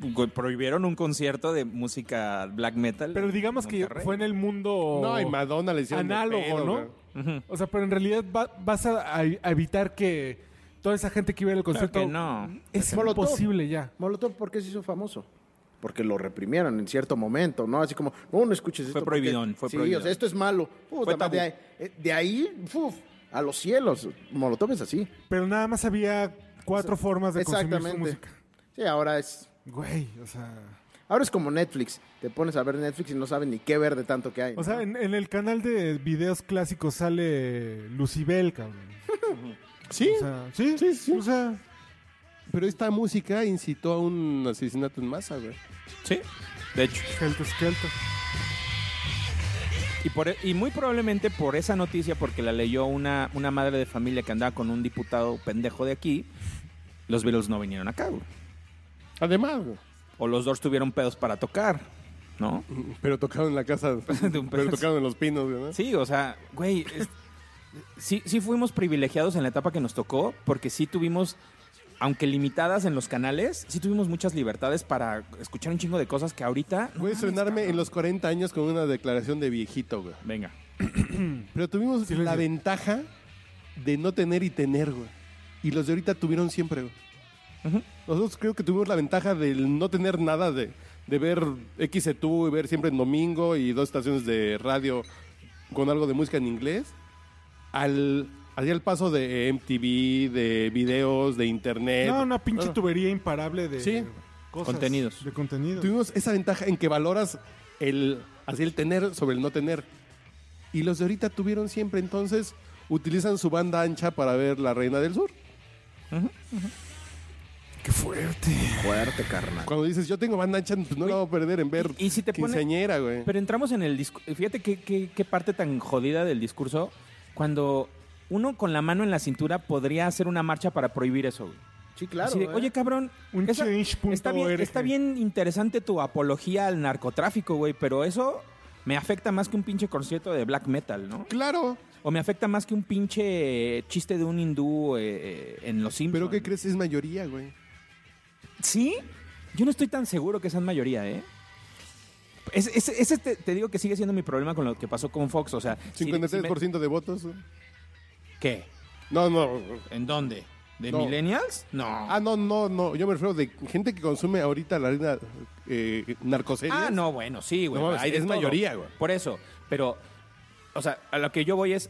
[SPEAKER 8] Güey, Prohibieron un concierto de música black metal.
[SPEAKER 6] Pero digamos
[SPEAKER 8] en
[SPEAKER 6] que
[SPEAKER 8] Monterrey.
[SPEAKER 6] fue en el mundo
[SPEAKER 7] No, y Madonna le hicieron de
[SPEAKER 6] análogo,
[SPEAKER 7] pedo,
[SPEAKER 6] ¿no?
[SPEAKER 7] güey.
[SPEAKER 6] O sea, pero en realidad va- vas a, a evitar que toda esa gente que iba al
[SPEAKER 8] Claro
[SPEAKER 6] concierto
[SPEAKER 8] que no.
[SPEAKER 6] es
[SPEAKER 9] Molotov.
[SPEAKER 6] imposible ya.
[SPEAKER 9] Molotov, ¿por qué se hizo famoso? Porque lo reprimieron en cierto momento, ¿no? Así como, no, no escuches esto.
[SPEAKER 8] Fue
[SPEAKER 9] porque-
[SPEAKER 8] prohibidón, fue
[SPEAKER 9] sí, o
[SPEAKER 8] prohibidón.
[SPEAKER 9] sea, esto es malo. Puta madre,
[SPEAKER 8] Fue tabú.
[SPEAKER 9] de ahí, eh, de ahí, uf, a los cielos. Molotov es así.
[SPEAKER 6] Pero nada más había cuatro formas de consumir su
[SPEAKER 9] Exactamente.
[SPEAKER 6] música.
[SPEAKER 9] Sí, ahora es...
[SPEAKER 6] Güey, o sea.
[SPEAKER 9] Ahora es como Netflix. Te pones a ver Netflix y no sabes ni qué ver de tanto que hay.
[SPEAKER 6] O sea,
[SPEAKER 9] ¿no?
[SPEAKER 6] en, en el canal de videos clásicos sale Lucibel, cabrón.
[SPEAKER 7] Sí,
[SPEAKER 6] O sea, sí,
[SPEAKER 7] Sí, sí.
[SPEAKER 6] O sea,
[SPEAKER 7] pero esta música incitó a un asesinato en masa, güey.
[SPEAKER 8] Sí, de hecho.
[SPEAKER 6] Helter Skelter.
[SPEAKER 8] Y, por- e, y muy probablemente por esa noticia, porque la leyó una, una madre de familia que andaba con un diputado pendejo de aquí, los Beatles no vinieron acá, güey.
[SPEAKER 7] Además, güey.
[SPEAKER 8] O los Doors tuvieron pedos para tocar, ¿no?
[SPEAKER 7] Pero tocaron en la casa.
[SPEAKER 8] De un
[SPEAKER 7] pero
[SPEAKER 8] pedazo.
[SPEAKER 7] tocaron en los pinos, güey, ¿no?
[SPEAKER 8] Sí, o sea, güey, es- sí, sí fuimos privilegiados en la etapa que nos tocó, porque sí tuvimos, aunque limitadas en los canales, sí tuvimos muchas libertades para escuchar un chingo de cosas que ahorita... no
[SPEAKER 6] Ah,
[SPEAKER 7] Voy a
[SPEAKER 8] mames,
[SPEAKER 7] estrenarme
[SPEAKER 8] cabrón.
[SPEAKER 7] en los 40 años con una declaración de viejito, güey.
[SPEAKER 8] Venga.
[SPEAKER 7] Pero tuvimos la ventaja de no tener y tener, güey. Y los de ahorita tuvieron siempre, güey. Nosotros creo que tuvimos la ventaja del no tener nada de, de ver XETU y ver siempre en domingo y dos estaciones de radio con algo de música en inglés. Al, hacia el paso de MTV, de videos, de internet.
[SPEAKER 6] No, una pinche tubería imparable de
[SPEAKER 7] Eh, Sí.
[SPEAKER 6] cosas,
[SPEAKER 8] Contenidos.
[SPEAKER 6] De contenidos.
[SPEAKER 7] Tuvimos esa ventaja en que valoras el, así el tener sobre el no tener. Y los de ahorita tuvieron siempre, entonces utilizan su banda ancha para ver La Reina del Sur.
[SPEAKER 6] Qué fuerte.
[SPEAKER 9] Fuerte, carnal.
[SPEAKER 7] Cuando dices, yo tengo banda ancha, pues no la voy a perder en ver
[SPEAKER 8] Y- y si te pone-
[SPEAKER 7] quinceañera, güey.
[SPEAKER 8] Pero entramos en el discurso. Fíjate qué, qué- qué parte tan jodida del discurso. Cuando uno con la mano en la cintura podría hacer una marcha para prohibir eso. güey.
[SPEAKER 9] Sí, claro.
[SPEAKER 8] Así de,
[SPEAKER 9] ¿eh?
[SPEAKER 8] Oye, cabrón.
[SPEAKER 6] Un
[SPEAKER 8] esa-
[SPEAKER 6] change.org.
[SPEAKER 8] está, bien, está bien interesante tu apología al narcotráfico, güey, pero eso me afecta más que un pinche concierto de black metal, ¿no?
[SPEAKER 7] Claro,
[SPEAKER 8] O me afecta más que un pinche chiste de un hindú eh, eh, en los Simpsons.
[SPEAKER 7] pero ¿qué crees? Es mayoría, güey.
[SPEAKER 8] ¿Sí? Yo no estoy tan seguro que sean mayoría, ¿eh? Es- es- Ese, te, te digo que sigue siendo mi problema con lo que pasó con Fox, o sea... si- si me-
[SPEAKER 7] 53% de votos. güey.
[SPEAKER 8] ¿Qué?
[SPEAKER 7] No, no.
[SPEAKER 8] ¿En dónde? ¿De
[SPEAKER 7] No.
[SPEAKER 8] millennials? No.
[SPEAKER 7] Ah, no, no, no. Yo me refiero de gente que consume ahorita la reina eh, narcoseries.
[SPEAKER 8] Ah, no, bueno, sí, güey.
[SPEAKER 7] No mames,
[SPEAKER 8] hay de
[SPEAKER 7] es
[SPEAKER 8] todo.
[SPEAKER 7] mayoría, güey.
[SPEAKER 8] Por eso. Pero, o sea, a lo que yo voy es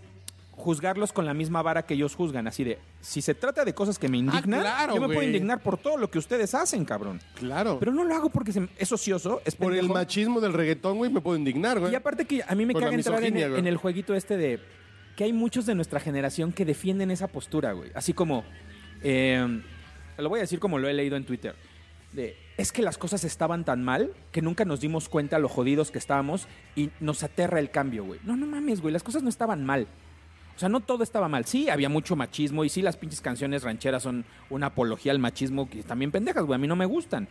[SPEAKER 8] juzgarlos con la misma vara que ellos juzgan. Así de, si se trata de cosas que me indignan,
[SPEAKER 7] Ah, claro,
[SPEAKER 8] yo me puedo
[SPEAKER 7] güey.
[SPEAKER 8] indignar por todo lo que ustedes hacen, cabrón.
[SPEAKER 7] Claro.
[SPEAKER 8] Pero no lo hago porque se- es ocioso, es
[SPEAKER 7] Por el
[SPEAKER 8] pendejo.
[SPEAKER 7] machismo del reggaetón, güey, me puedo indignar, güey.
[SPEAKER 8] Y aparte que a mí me
[SPEAKER 7] Por la
[SPEAKER 8] caga entrar en,
[SPEAKER 7] misoginia,
[SPEAKER 8] el-
[SPEAKER 7] güey.
[SPEAKER 8] en el jueguito este de que hay muchos de nuestra generación que defienden esa postura, güey. Así como, eh, lo voy a decir como lo he leído en Twitter, de es que las cosas estaban tan mal que nunca nos dimos cuenta lo jodidos que estábamos y nos aterra el cambio, güey. No, no mames, güey, las cosas no estaban mal. O sea, no todo estaba mal. Sí, había mucho machismo y sí, las pinches canciones rancheras son una apología al machismo que también pendejas, güey. A mí no me gustan.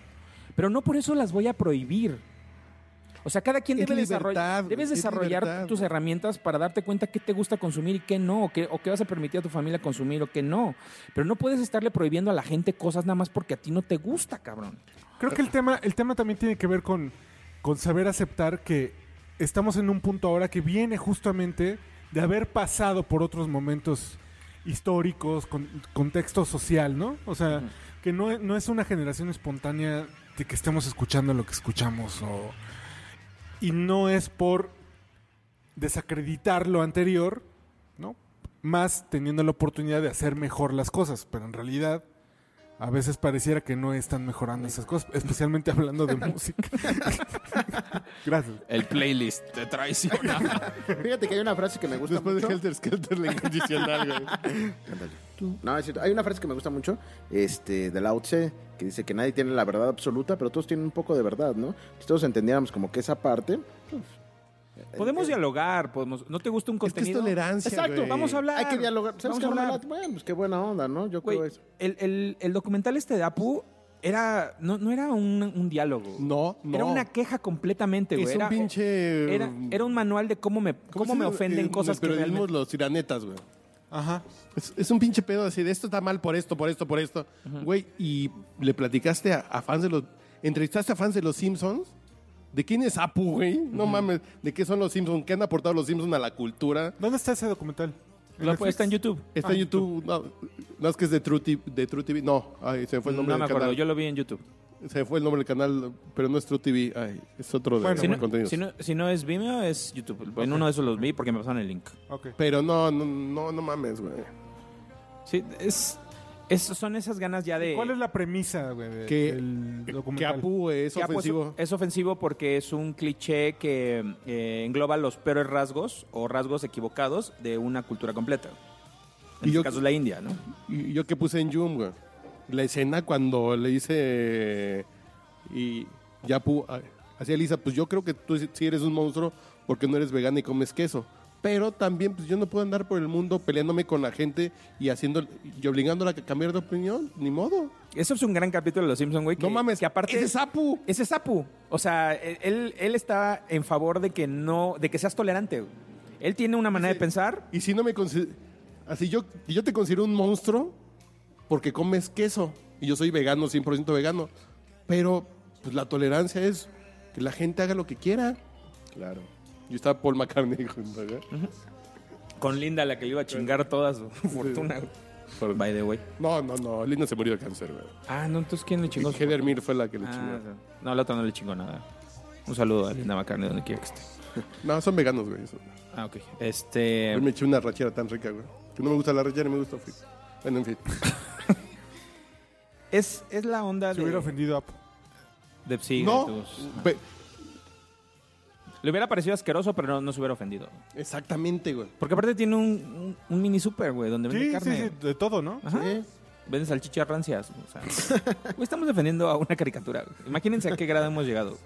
[SPEAKER 8] Pero no por eso las voy a prohibir. O sea, cada quien
[SPEAKER 7] Es
[SPEAKER 8] debe
[SPEAKER 7] libertad,
[SPEAKER 8] desarrollar,
[SPEAKER 7] güey,
[SPEAKER 8] debes
[SPEAKER 7] es
[SPEAKER 8] desarrollar
[SPEAKER 7] libertad,
[SPEAKER 8] tus
[SPEAKER 7] güey.
[SPEAKER 8] herramientas para darte cuenta qué te gusta consumir y qué no, o qué, o qué vas a permitir a tu familia consumir o qué no. Pero no puedes estarle prohibiendo a la gente cosas nada más porque a ti no te gusta, cabrón.
[SPEAKER 6] Creo que el tema, el tema también tiene que ver con, con saber aceptar que estamos en un punto ahora que viene justamente de haber pasado por otros momentos históricos, con, contexto social, ¿no? O sea, que no, e- no es una generación espontánea de que estemos escuchando lo que escuchamos o- y no es por desacreditar lo anterior, ¿no? Más teniendo la oportunidad de hacer mejor las cosas, pero en realidad a veces pareciera que no están mejorando esas cosas, especialmente hablando de música. Gracias.
[SPEAKER 8] El playlist te traiciona.
[SPEAKER 9] Fíjate que hay una frase que me gusta
[SPEAKER 7] Después
[SPEAKER 9] mucho.
[SPEAKER 7] de Helter Skelter, la incondicional, güey.
[SPEAKER 9] No, es cierto. Hay una frase que me gusta mucho, este, de Lao Tse, que dice que nadie tiene la verdad absoluta, pero todos tienen un poco de verdad, ¿no? Si todos entendiéramos como que esa parte,
[SPEAKER 8] podemos dialogar, podemos. ¿No te gusta un
[SPEAKER 7] Es que es
[SPEAKER 8] contenido?
[SPEAKER 7] tolerancia,
[SPEAKER 8] Exacto,
[SPEAKER 7] güey.
[SPEAKER 8] vamos a hablar.
[SPEAKER 9] hay que dialogar. ¿Sabes
[SPEAKER 8] Vamos
[SPEAKER 9] qué,
[SPEAKER 8] a hablar.
[SPEAKER 9] Roland? Bueno, pues qué buena onda, ¿no? Yo
[SPEAKER 8] Güey,
[SPEAKER 9] creo eso.
[SPEAKER 8] el, el- el documental este de Apu Era, no, no era un, un diálogo.
[SPEAKER 7] No, no.
[SPEAKER 8] Era una queja completamente, güey.
[SPEAKER 7] Es un
[SPEAKER 8] era,
[SPEAKER 7] pinche-
[SPEAKER 8] Era, era un manual de cómo me, cómo me ofenden cosas que
[SPEAKER 7] Pero
[SPEAKER 8] realmente...
[SPEAKER 7] los tiranetas, güey.
[SPEAKER 6] Ajá.
[SPEAKER 7] Es, es un pinche pedo así de esto está mal por esto, por esto, por esto. Güey, y le platicaste a, a fans de los. Entrevistaste a fans de los Simpsons. ¿De quién es Apu, güey? No mames. ¿De qué son los Simpsons? ¿Qué han aportado los Simpsons a la cultura?
[SPEAKER 6] ¿Dónde está ese documental? ¿En
[SPEAKER 8] Lo-
[SPEAKER 6] Netflix?
[SPEAKER 8] pues, está en YouTube.
[SPEAKER 7] Está en YouTube. No, no, es que es de True, Ti- de True TV. No, ay, se me fue el nombre
[SPEAKER 8] No
[SPEAKER 7] del
[SPEAKER 8] me acuerdo,
[SPEAKER 7] canal.
[SPEAKER 8] yo lo vi en YouTube.
[SPEAKER 7] Se me fue el nombre del canal, pero no es True TV. Ay, es otro de
[SPEAKER 6] Bueno,
[SPEAKER 7] los
[SPEAKER 8] Si no,
[SPEAKER 7] contenidos.
[SPEAKER 8] si no- si no es Vimeo, es YouTube. En uno de esos los vi porque me pasaron el link.
[SPEAKER 6] Ok.
[SPEAKER 7] Pero no, no, no, no mames, güey.
[SPEAKER 8] Sí, es, es- son esas ganas ya de...
[SPEAKER 6] ¿Cuál es la premisa, güey, de-
[SPEAKER 7] Que,
[SPEAKER 6] del
[SPEAKER 7] que
[SPEAKER 6] documental?
[SPEAKER 7] Apu es
[SPEAKER 8] Ya, pues,
[SPEAKER 7] ofensivo.
[SPEAKER 8] es ofensivo porque es un cliché que eh, engloba los peores rasgos o rasgos equivocados de una cultura completa.
[SPEAKER 7] Y
[SPEAKER 8] En este
[SPEAKER 7] yo-
[SPEAKER 8] caso es la India, ¿no?
[SPEAKER 7] Y yo que puse en Yum, güey. La escena cuando le dice. Y Yapu. a- Hacía Lisa, pues yo creo que tú sí eres un monstruo porque no eres vegana y comes queso. Pero también, pues yo no puedo andar por el mundo peleándome con la gente y haciendo y obligándola a cambiar de opinión, ni modo.
[SPEAKER 8] Eso es un gran capítulo de Los Simpsons, güey. que-
[SPEAKER 7] no mames,
[SPEAKER 8] Que aparte
[SPEAKER 7] ese es Apu.
[SPEAKER 8] Ese es Apu. O sea, e, él, él está en favor de que no, de que seas tolerante. güey. Él tiene una manera de pensar.
[SPEAKER 7] Y si no me consi- Así yo, yo te considero un monstruo porque comes queso. Y yo soy vegano, 100% vegano. Pero pues, la tolerancia es que la gente haga lo que quiera. Claro. Yo estaba Paul McCartney. junto, ¿eh?
[SPEAKER 8] Con Linda, la que le iba a chingar toda su fortuna. güey.
[SPEAKER 7] Por-
[SPEAKER 8] By the way.
[SPEAKER 7] No, no, no. Linda se murió de cáncer, güey.
[SPEAKER 8] Ah, no, entonces ¿quién le chingó? su-
[SPEAKER 7] Heather Mir fue la que le
[SPEAKER 8] Ah,
[SPEAKER 7] chingó.
[SPEAKER 8] no, la otra no le chingó nada. Un saludo a Linda McCartney, donde quiera que esté.
[SPEAKER 7] No, son veganos, güey. eso.
[SPEAKER 8] Ah, ok. Este.
[SPEAKER 7] Hoy Pues me eché una rachera tan rica, güey. Que no me gusta la rachera, me gusta. fui. Bueno, en fin.
[SPEAKER 8] Es, es la onda
[SPEAKER 6] Se hubiera
[SPEAKER 8] de.
[SPEAKER 6] ofendido a Apu.
[SPEAKER 8] de sí, de
[SPEAKER 7] no.
[SPEAKER 8] tus-
[SPEAKER 7] pe-
[SPEAKER 8] Le hubiera parecido asqueroso, pero no, no se hubiera ofendido.
[SPEAKER 7] Exactamente, güey.
[SPEAKER 8] Porque aparte tiene un, un, un mini super, güey, donde vende
[SPEAKER 6] Sí,
[SPEAKER 8] carne.
[SPEAKER 6] sí, sí, de todo, ¿no?
[SPEAKER 8] Ajá.
[SPEAKER 7] Sí.
[SPEAKER 8] Vende salchichas rancias. O sea, güey, estamos defendiendo a una caricatura. güey. Imagínense a qué grado hemos llegado.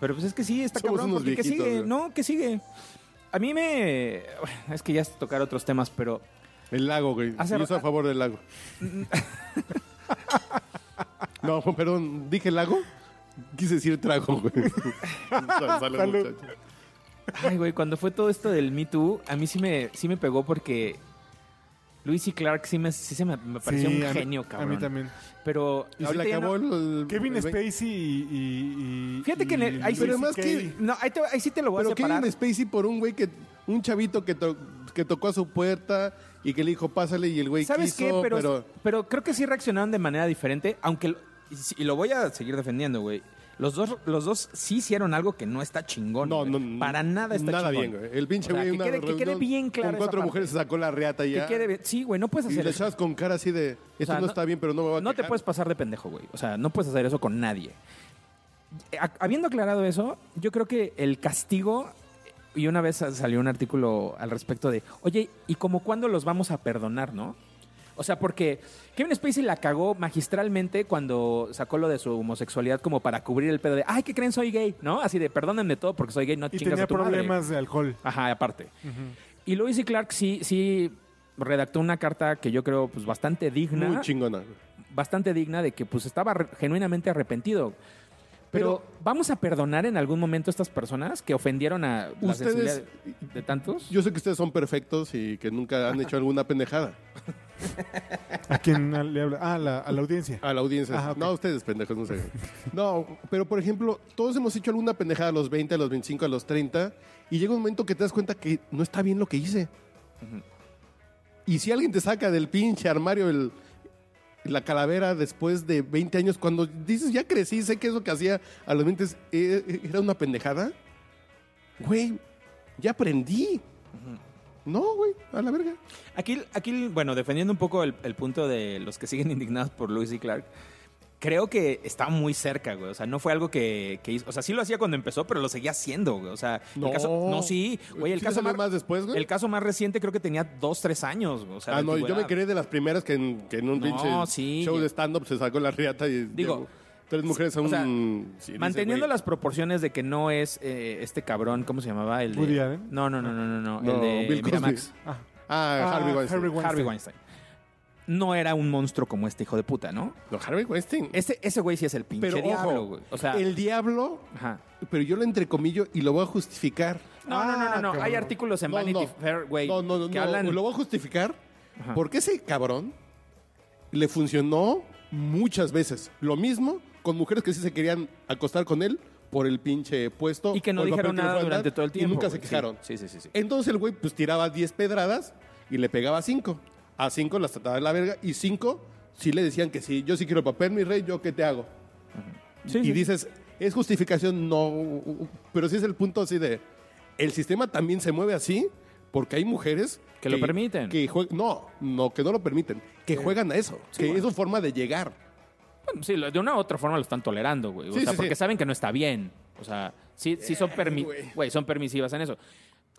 [SPEAKER 8] Pero pues es que sí, está
[SPEAKER 7] Somos
[SPEAKER 8] cabrón.
[SPEAKER 7] unos
[SPEAKER 8] porque ¿Qué
[SPEAKER 7] viejitos,
[SPEAKER 8] sigue?
[SPEAKER 7] güey.
[SPEAKER 8] No, ¿qué sigue? A mí me. bueno, es que ya es tocar otros temas, pero
[SPEAKER 7] El lago, güey.
[SPEAKER 8] Hace
[SPEAKER 7] Yo
[SPEAKER 8] ra-
[SPEAKER 7] estoy a favor del lago. no, perdón, dije lago. Quise decir trago, güey. Sal- salud, muchacho.
[SPEAKER 8] Ay, güey, cuando fue todo esto del Me Too, a mí sí me, sí me pegó porque Luis y Clark sí, me, sí se me, me pareció
[SPEAKER 6] Sí,
[SPEAKER 8] un
[SPEAKER 6] a mí-
[SPEAKER 8] genio,
[SPEAKER 6] A
[SPEAKER 8] cabrón.
[SPEAKER 6] mí también.
[SPEAKER 8] Pero
[SPEAKER 7] Y Ah, se
[SPEAKER 8] ahorita
[SPEAKER 7] le
[SPEAKER 8] ya
[SPEAKER 7] acabó
[SPEAKER 8] no-
[SPEAKER 7] el, el-
[SPEAKER 6] Kevin
[SPEAKER 7] el-
[SPEAKER 6] Spacey y, y- y-
[SPEAKER 8] Fíjate que en el- ahí sí-
[SPEAKER 6] Louis
[SPEAKER 7] Pero más
[SPEAKER 6] CK.
[SPEAKER 7] que-
[SPEAKER 8] No, ahí, te- ahí sí te lo voy
[SPEAKER 7] Pero
[SPEAKER 8] a separar.
[SPEAKER 7] Kevin Spacey por un güey que... Un chavito que, to- que tocó a su puerta y que le dijo, pásale, y el güey
[SPEAKER 8] ¿Sabes
[SPEAKER 7] quiso,
[SPEAKER 8] qué? Pero,
[SPEAKER 7] pero...
[SPEAKER 8] pero... creo que sí reaccionaron de manera diferente, aunque... lo- y sí- Y lo voy a seguir defendiendo, güey. Los dos, los dos sí hicieron algo que no está chingón.
[SPEAKER 7] No,
[SPEAKER 8] güey.
[SPEAKER 7] no, no.
[SPEAKER 8] Para nada está
[SPEAKER 7] Nada
[SPEAKER 8] chingón.
[SPEAKER 7] bien, güey. El pinche
[SPEAKER 8] O sea,
[SPEAKER 7] güey en
[SPEAKER 8] que
[SPEAKER 7] una
[SPEAKER 8] quede, que quede
[SPEAKER 7] reunión
[SPEAKER 8] bien claro
[SPEAKER 7] con
[SPEAKER 8] esa
[SPEAKER 7] cuatro
[SPEAKER 8] parte.
[SPEAKER 7] mujeres se sacó la reata
[SPEAKER 8] Que
[SPEAKER 7] ya.
[SPEAKER 8] quede bien- Sí, güey, no puedes
[SPEAKER 7] y
[SPEAKER 8] hacer
[SPEAKER 7] le
[SPEAKER 8] eso.
[SPEAKER 7] echabas con cara así de, esto
[SPEAKER 8] O sea,
[SPEAKER 7] no, está bien, pero no me voy a
[SPEAKER 8] No te
[SPEAKER 7] quejar".
[SPEAKER 8] puedes pasar de pendejo, güey. O sea, no puedes hacer eso con nadie. Ha- Habiendo aclarado eso, yo creo que el castigo, y una vez salió un artículo al respecto de, oye, ¿y como cuándo los vamos a perdonar, no? O sea, porque Kevin Spacey la cagó magistralmente cuando sacó lo de su homosexualidad como para cubrir el pedo de, ay, ¿qué creen? Soy gay, ¿no? Así de, perdónenme todo porque soy gay, no
[SPEAKER 6] Y
[SPEAKER 8] chingas
[SPEAKER 6] tenía
[SPEAKER 8] a tu madre".
[SPEAKER 6] problemas de alcohol.
[SPEAKER 8] Ajá, aparte. Y Lois y Clark sí, sí redactó una carta que yo creo pues bastante digna
[SPEAKER 7] Muy chingona. güey.
[SPEAKER 8] bastante digna de que pues estaba re- genuinamente arrepentido. Pero, ¿vamos a perdonar en algún momento a estas personas que ofendieron a la
[SPEAKER 7] Ustedes-
[SPEAKER 8] sensibilidad de, de tantos?
[SPEAKER 7] Yo sé que ustedes son perfectos y que nunca han hecho alguna pendejada
[SPEAKER 6] ¿A quién le habla? Ah, la- a la audiencia.
[SPEAKER 7] a la audiencia.
[SPEAKER 6] Ah, ok.
[SPEAKER 7] No, ustedes pendejos, no sé. No, pero por ejemplo, todos hemos hecho alguna pendejada a los 20, a los 25, a los 30 y llega un momento que te das cuenta que no está bien lo que hice. Y si alguien te saca del pinche armario el, la calavera después de 20 años, cuando dices, ya crecí, sé que eso que hacía a los 20 es- eh, era una pendejada, güey, ya aprendí. No, güey, a la verga.
[SPEAKER 8] Aquí, aquí, bueno, defendiendo un poco el, el punto de los que siguen indignados por Louis y Clark, creo que está muy cerca, güey. O sea, no fue algo que, que hizo. O sea, sí lo hacía cuando empezó, pero lo seguía haciendo, güey. O sea,
[SPEAKER 7] No.
[SPEAKER 8] el caso. No, sí. Güey, el
[SPEAKER 7] ¿Sí
[SPEAKER 8] caso
[SPEAKER 7] salió más después, güey?
[SPEAKER 8] El caso más reciente creo que tenía dos, tres años, güey. O sea,
[SPEAKER 7] Ah,
[SPEAKER 8] de
[SPEAKER 7] no, yo me
[SPEAKER 8] antigüedad.
[SPEAKER 7] quedé de las primeras que en, que en un
[SPEAKER 8] No,
[SPEAKER 7] pinche
[SPEAKER 8] sí.
[SPEAKER 7] show de stand-up se sacó la riata y
[SPEAKER 8] Digo,
[SPEAKER 7] llegó tres mujeres a
[SPEAKER 8] o
[SPEAKER 7] un...
[SPEAKER 8] sea,
[SPEAKER 7] sí, dice,
[SPEAKER 8] Manteniendo
[SPEAKER 7] güey,
[SPEAKER 8] las proporciones de que no es eh, este cabrón, ¿cómo se llamaba? El de-
[SPEAKER 6] Woody Allen.
[SPEAKER 8] No, no, no, no, no, no,
[SPEAKER 7] No,
[SPEAKER 8] El de
[SPEAKER 7] Bill Cosby.
[SPEAKER 8] Miramax.
[SPEAKER 6] Ah,
[SPEAKER 7] Ah,
[SPEAKER 6] Ah,
[SPEAKER 7] Harvey Weinstein.
[SPEAKER 6] Harvey Weinstein.
[SPEAKER 8] Harvey Weinstein. no era un monstruo como este hijo de puta, ¿no?
[SPEAKER 7] No, Harvey Weinstein.
[SPEAKER 8] Ese, ese güey sí es el pinche
[SPEAKER 7] pero ojo,
[SPEAKER 8] diablo, güey. O sea,
[SPEAKER 7] el diablo,
[SPEAKER 8] Ajá.
[SPEAKER 7] pero yo lo entrecomillo y lo voy a justificar.
[SPEAKER 8] No, no, no, no, no. Hay artículos en
[SPEAKER 7] Ah, No,
[SPEAKER 8] Vanity
[SPEAKER 7] no.
[SPEAKER 8] Fair, güey,
[SPEAKER 7] No, no, no,
[SPEAKER 8] que
[SPEAKER 7] no.
[SPEAKER 8] hablan...
[SPEAKER 7] Lo voy a justificar porque ese cabrón le funcionó muchas veces. Lo mismo con mujeres que sí se querían acostar con él por el pinche puesto.
[SPEAKER 8] Y que no
[SPEAKER 7] o el papel
[SPEAKER 8] dijeron
[SPEAKER 7] le
[SPEAKER 8] nada
[SPEAKER 7] fueron a dar,
[SPEAKER 8] durante todo el tiempo.
[SPEAKER 7] Y nunca se
[SPEAKER 8] güey. Sí,
[SPEAKER 7] quejaron.
[SPEAKER 8] Sí, sí, sí. sí.
[SPEAKER 7] Entonces el güey pues tiraba 10 pedradas y le pegaba 5. A 5 las trataba de la verga y 5 sí le decían que sí, yo sí quiero papel, mi rey, yo qué te hago.
[SPEAKER 8] Sí,
[SPEAKER 7] y
[SPEAKER 8] sí.
[SPEAKER 7] dices, es justificación, no, pero sí es el punto así de, el sistema también se mueve así porque hay mujeres
[SPEAKER 8] Que lo permiten.
[SPEAKER 7] Que jue- no, no, que no lo permiten, que juegan a eso, que es su forma de llegar.
[SPEAKER 8] Bueno, sí, lo- de una u otra forma lo están tolerando, güey. O
[SPEAKER 7] Sí,
[SPEAKER 8] sea,
[SPEAKER 7] sí,
[SPEAKER 8] porque
[SPEAKER 7] sí. Eh,
[SPEAKER 8] saben que no está bien. O sea, sí, sí son, permi- güey, son permisivas en eso.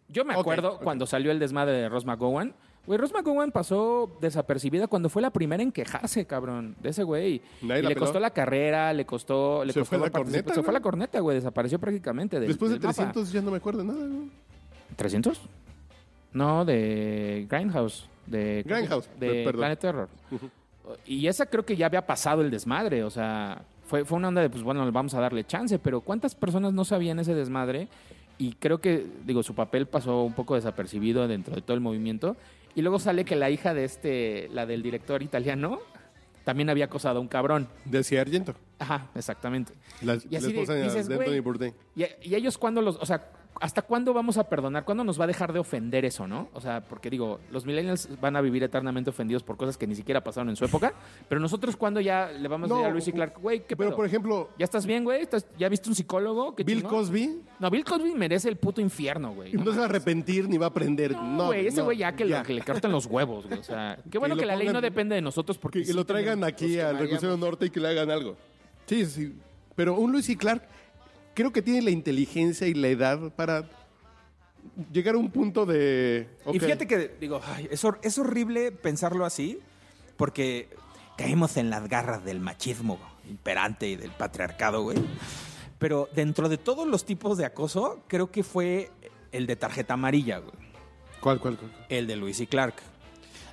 [SPEAKER 8] Yo me
[SPEAKER 7] Ok,
[SPEAKER 8] acuerdo
[SPEAKER 7] ok.
[SPEAKER 8] cuando salió el desmadre de Ross McGowan. Güey, Ross McGowan pasó desapercibida cuando fue la primera en quejarse, cabrón, de ese güey. Y
[SPEAKER 7] Nadie
[SPEAKER 8] le
[SPEAKER 7] la peló.
[SPEAKER 8] costó la carrera, le costó... Le
[SPEAKER 7] Se
[SPEAKER 8] costó
[SPEAKER 7] fue la
[SPEAKER 8] participa-
[SPEAKER 7] corneta,
[SPEAKER 8] Se fue
[SPEAKER 7] güey.
[SPEAKER 8] la corneta, güey. Desapareció prácticamente del-
[SPEAKER 7] Después de
[SPEAKER 8] del mapa.
[SPEAKER 7] 300 ya no me acuerdo nada. güey.
[SPEAKER 8] ¿300? No, de Grindhouse. De,
[SPEAKER 7] Grindhouse,
[SPEAKER 8] De
[SPEAKER 7] per- perdón.
[SPEAKER 8] Planet Terror. Y esa creo que ya había pasado el desmadre. O sea, fue, fue una onda de, pues bueno, vamos a darle chance. Pero ¿cuántas personas no sabían ese desmadre? Y creo que, digo, su papel pasó un poco desapercibido dentro de todo el movimiento. Y luego sale que la hija de este, la del director italiano, también había acosado a un cabrón.
[SPEAKER 7] Decía Argento,
[SPEAKER 8] Ajá, exactamente.
[SPEAKER 7] la,
[SPEAKER 8] Y
[SPEAKER 7] la
[SPEAKER 8] así de-
[SPEAKER 7] esposa de,
[SPEAKER 8] dices,
[SPEAKER 7] de
[SPEAKER 8] güey,
[SPEAKER 7] Anthony Bourdain.
[SPEAKER 8] ¿Y, y ellos cuándo los, o sea, hasta cuándo vamos a perdonar? ¿Cuándo nos va a dejar de ofender eso, no? O sea, porque digo, los millennials van a vivir eternamente ofendidos por cosas que ni siquiera pasaron en su época, pero nosotros cuándo ya le vamos a decir a Luis y Clark, güey, ¿qué
[SPEAKER 7] Pero
[SPEAKER 8] pedo?
[SPEAKER 7] por ejemplo,
[SPEAKER 8] ¿Ya estás bien, güey? ¿Estás- ¿Ya viste un psicólogo? ¿Qué
[SPEAKER 7] Bill
[SPEAKER 8] chingón?
[SPEAKER 7] Cosby
[SPEAKER 8] No, Bill Cosby merece el puto infierno, güey.
[SPEAKER 7] no se va a arrepentir ni va a aprender. No,
[SPEAKER 8] No, güey, ese
[SPEAKER 7] no,
[SPEAKER 8] güey ya que, lo- que le corten los huevos, güey. O sea, qué bueno
[SPEAKER 7] lo
[SPEAKER 8] que, la ley
[SPEAKER 7] pongan-
[SPEAKER 8] no depende de nosotros porque...
[SPEAKER 7] Que, que lo
[SPEAKER 8] sí
[SPEAKER 7] traigan
[SPEAKER 8] tenemos-
[SPEAKER 7] aquí al recursorio norte y que le hagan algo. Sí, sí. Pero un Luis y Clark creo que tiene la inteligencia y la edad para llegar a un punto de... ok,
[SPEAKER 13] Y fíjate que, digo, ay, es, hor- es horrible pensarlo así, porque caemos en las garras del machismo imperante y del patriarcado, güey. Pero dentro de todos los tipos de acoso, creo que fue el de tarjeta amarilla, güey.
[SPEAKER 7] ¿Cuál, cuál, cuál?
[SPEAKER 13] El de Luis y Clark.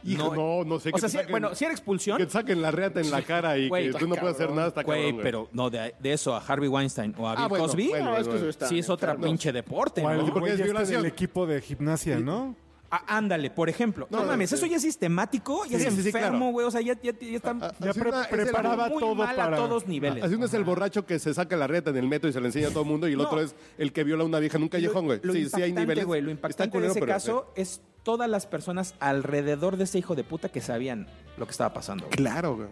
[SPEAKER 7] Hijo, no, no sé.
[SPEAKER 13] O
[SPEAKER 7] que
[SPEAKER 13] sea, sí,
[SPEAKER 7] te saquen-
[SPEAKER 13] bueno, si era expulsión.
[SPEAKER 7] Que te saquen la reata en la cara y
[SPEAKER 13] Güey,
[SPEAKER 7] que tú no puedes hacer nada hasta
[SPEAKER 13] Güey,
[SPEAKER 7] cabrón, güey.
[SPEAKER 13] pero no, de, de eso a Harvey Weinstein o a Bill
[SPEAKER 7] Ah, bueno,
[SPEAKER 13] Cosby,
[SPEAKER 7] bueno,
[SPEAKER 9] No, es que
[SPEAKER 7] bueno.
[SPEAKER 9] eso está.
[SPEAKER 13] sí es otra pinche deporte,
[SPEAKER 6] O al
[SPEAKER 13] ¿no?
[SPEAKER 6] güey
[SPEAKER 7] porque es
[SPEAKER 6] este
[SPEAKER 7] violación.
[SPEAKER 6] del equipo de gimnasia, ¿no?
[SPEAKER 13] Ah, ándale, por ejemplo. No,
[SPEAKER 7] No, no,
[SPEAKER 13] mames,
[SPEAKER 7] sí.
[SPEAKER 13] eso ya es sistemático, ya
[SPEAKER 7] Sí,
[SPEAKER 13] es
[SPEAKER 7] sí, sí,
[SPEAKER 13] enfermo,
[SPEAKER 7] claro.
[SPEAKER 13] güey. O sea, ya, ya, ya están
[SPEAKER 7] Ah,
[SPEAKER 6] Ya
[SPEAKER 7] así
[SPEAKER 6] pre-
[SPEAKER 7] una- es el-
[SPEAKER 6] preparaba
[SPEAKER 13] muy
[SPEAKER 6] todo
[SPEAKER 13] mal
[SPEAKER 6] para...
[SPEAKER 13] a todos niveles.
[SPEAKER 7] Así uno Ah, es el borracho que se saca la reta en el metro y se la enseña a todo el mundo y el
[SPEAKER 13] No.
[SPEAKER 7] otro es el que viola a una vieja en un callejón, güey.
[SPEAKER 13] Lo
[SPEAKER 7] Sí, sí hay
[SPEAKER 13] impactante,
[SPEAKER 7] niveles.
[SPEAKER 13] güey, lo
[SPEAKER 7] Está
[SPEAKER 13] impactante de
[SPEAKER 7] culero,
[SPEAKER 13] ese
[SPEAKER 7] pero-
[SPEAKER 13] caso es todas las personas alrededor de ese hijo de puta que sabían lo que estaba pasando. güey.
[SPEAKER 7] Claro, güey.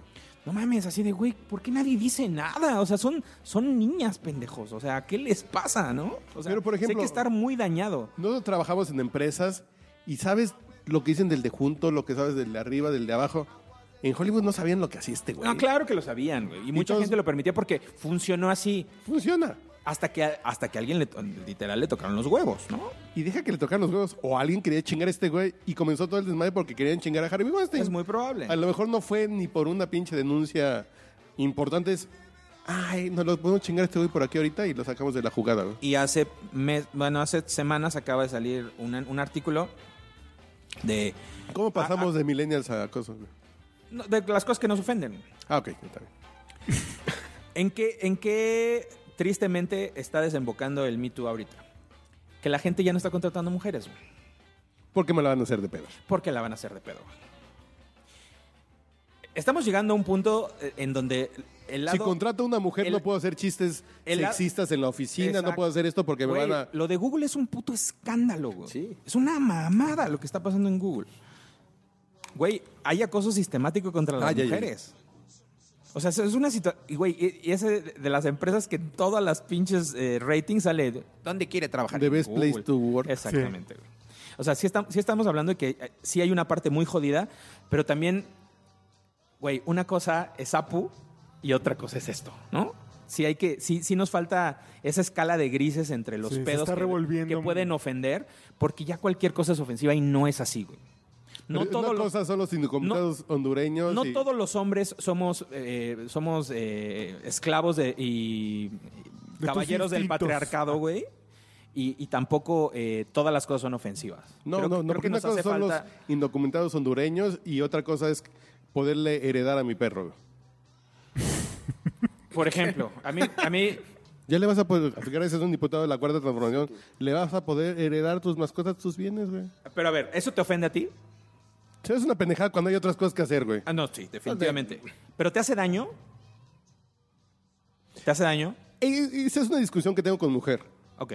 [SPEAKER 13] No mames, así de, güey, ¿por qué nadie dice nada? O sea, son, son niñas, pendejos. O sea, ¿qué les pasa, no? O sea,
[SPEAKER 7] Pero, por
[SPEAKER 13] sí hay
[SPEAKER 7] ejemplo-
[SPEAKER 13] que estar muy dañado.
[SPEAKER 7] Nosotros trabajamos en empresas y sabes lo que dicen del de junto, lo que sabes del de arriba, del de abajo. En Hollywood no sabían lo que hacía este güey.
[SPEAKER 13] No, claro que lo sabían, güey. Y, mucha
[SPEAKER 7] todos-
[SPEAKER 13] gente lo permitía porque funcionó así.
[SPEAKER 7] Funciona.
[SPEAKER 13] Hasta que, hasta que a alguien, le to- literal, le tocaron los huevos, ¿no?
[SPEAKER 7] Y deja que le tocaran los huevos. O alguien quería chingar a este güey y comenzó todo el desmadre porque querían chingar a Harvey Weinstein.
[SPEAKER 13] Es muy probable.
[SPEAKER 7] A lo mejor no fue ni por una pinche denuncia importante. Es, ay, nos lo podemos chingar a este güey por aquí ahorita y lo sacamos de la jugada, güey.
[SPEAKER 13] Y hace mes, bueno, hace semanas acaba de salir una- un artículo de, Ah,
[SPEAKER 7] ¿Cómo pasamos de millennials a cosas, güey?
[SPEAKER 13] no, de las cosas que nos ofenden.
[SPEAKER 7] Ah, ok, está bien.
[SPEAKER 13] ¿En qué, ¿En qué tristemente está desembocando el Me Too ahorita? Que la gente ya no está contratando mujeres, güey,
[SPEAKER 7] ¿Por qué me la van a hacer de pedo?
[SPEAKER 13] porque la van a hacer de pedo. güey. Estamos llegando a un punto eh, en donde el lado...
[SPEAKER 7] si contrato a una mujer,
[SPEAKER 13] el-
[SPEAKER 7] no puedo hacer chistes
[SPEAKER 13] el lado-
[SPEAKER 7] sexistas en la oficina,
[SPEAKER 13] Exacto.
[SPEAKER 7] no puedo hacer esto porque
[SPEAKER 13] Güey,
[SPEAKER 7] me van a.
[SPEAKER 13] Lo de Google es un puto escándalo, güey. Es una mamada lo que está pasando en Google. Güey, hay acoso sistemático contra las
[SPEAKER 7] Ay, ay, ay.
[SPEAKER 13] mujeres. O sea, es una situación. Y, güey, y- y ese de las empresas que en todas las pinches eh, ratings sale. ¿Dónde quiere trabajar?
[SPEAKER 7] The
[SPEAKER 13] En
[SPEAKER 7] best place to work.
[SPEAKER 13] Exactamente, güey. O sea, sí, estam- sí estamos hablando de que eh, sí hay una parte muy jodida, pero también, güey, una cosa es Apu y otra cosa es esto, ¿no? Sí hay que, sí, sí nos falta esa escala de grises entre los
[SPEAKER 6] Sí, se
[SPEAKER 13] pedos
[SPEAKER 6] está
[SPEAKER 13] que,
[SPEAKER 6] revolviendo.
[SPEAKER 13] que pueden ofender, porque ya cualquier cosa es ofensiva y no es así, güey. No,
[SPEAKER 7] Pero
[SPEAKER 13] todos
[SPEAKER 7] una
[SPEAKER 13] los,
[SPEAKER 7] cosa son los indocumentados hondureños.
[SPEAKER 13] no
[SPEAKER 7] y-
[SPEAKER 13] todos los hombres somos, eh, somos eh, esclavos de, y
[SPEAKER 6] tus
[SPEAKER 13] caballeros del
[SPEAKER 6] instintos.
[SPEAKER 13] patriarcado, güey. Y, y tampoco eh, todas las cosas son ofensivas.
[SPEAKER 7] No,
[SPEAKER 13] Creo que- creo
[SPEAKER 7] no, no,
[SPEAKER 13] que
[SPEAKER 7] porque una
[SPEAKER 13] nos hace
[SPEAKER 7] cosa son
[SPEAKER 13] falta...
[SPEAKER 7] los indocumentados hondureños y otra cosa es poderle heredar a mi perro.
[SPEAKER 8] Por ejemplo, a mí, a mí
[SPEAKER 7] Ya le vas a poder, gracias a un diputado de la Cuarta Transformación, le vas a poder heredar tus mascotas, tus bienes, güey.
[SPEAKER 8] pero a ver, ¿eso te ofende a ti?
[SPEAKER 7] O sea, Es una pendejada cuando hay otras cosas que hacer, güey.
[SPEAKER 8] Ah, no, sí, definitivamente. ¿Pero te hace daño? ¿Te hace daño?
[SPEAKER 7] Y- y Esa es una discusión que tengo con mujer.
[SPEAKER 8] Ok.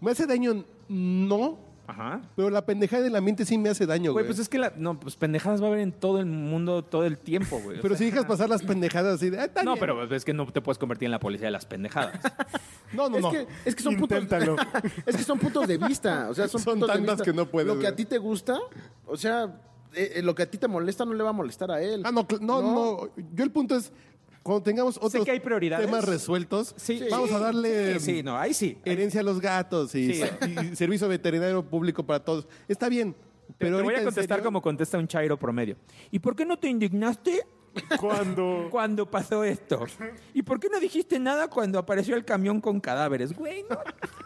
[SPEAKER 7] ¿Me hace daño? No,
[SPEAKER 8] Ajá.
[SPEAKER 7] pero la pendejada del ambiente sí me hace daño, güey.
[SPEAKER 8] Güey, pues es que la, no, pues pendejadas va a haber en todo el mundo todo el tiempo, güey. O
[SPEAKER 7] pero si
[SPEAKER 8] sea,
[SPEAKER 7] dejas pasar las pendejadas así de... "Ah, está
[SPEAKER 8] No,
[SPEAKER 7] bien".
[SPEAKER 8] pero es que no te puedes convertir en la policía de las pendejadas.
[SPEAKER 7] No, no,
[SPEAKER 9] es,
[SPEAKER 7] no.
[SPEAKER 9] que, es que son puntos,
[SPEAKER 6] Inténtalo.
[SPEAKER 9] es que son puntos de vista. O sea, son,
[SPEAKER 7] Son
[SPEAKER 9] puntos de
[SPEAKER 7] tantas
[SPEAKER 9] vista.
[SPEAKER 7] que no puedes,
[SPEAKER 9] Lo que
[SPEAKER 7] güey.
[SPEAKER 9] a ti te gusta, o sea, eh, eh, lo que a ti te molesta no le va a molestar a él.
[SPEAKER 7] Ah, no, cl- no, no, Yo el punto es, cuando tengamos otros
[SPEAKER 8] que hay prioridades.
[SPEAKER 7] temas resueltos,
[SPEAKER 8] Sí.
[SPEAKER 7] vamos a darle mm, em, eh,
[SPEAKER 8] Sí, sí, no, ahí sí. Ahí-
[SPEAKER 7] herencia a los gatos y,
[SPEAKER 8] Sí.
[SPEAKER 7] y servicio veterinario público para todos. Está bien,
[SPEAKER 8] Te,
[SPEAKER 7] pero
[SPEAKER 8] te voy
[SPEAKER 7] ahorita,
[SPEAKER 8] a
[SPEAKER 7] en
[SPEAKER 8] contestar
[SPEAKER 7] serio,
[SPEAKER 8] como contesta un chairo promedio. ¿Y por qué no te indignaste
[SPEAKER 6] Cuando.
[SPEAKER 8] cuando pasó esto? ¿Y por qué no dijiste nada cuando apareció el camión con cadáveres? Güey, no.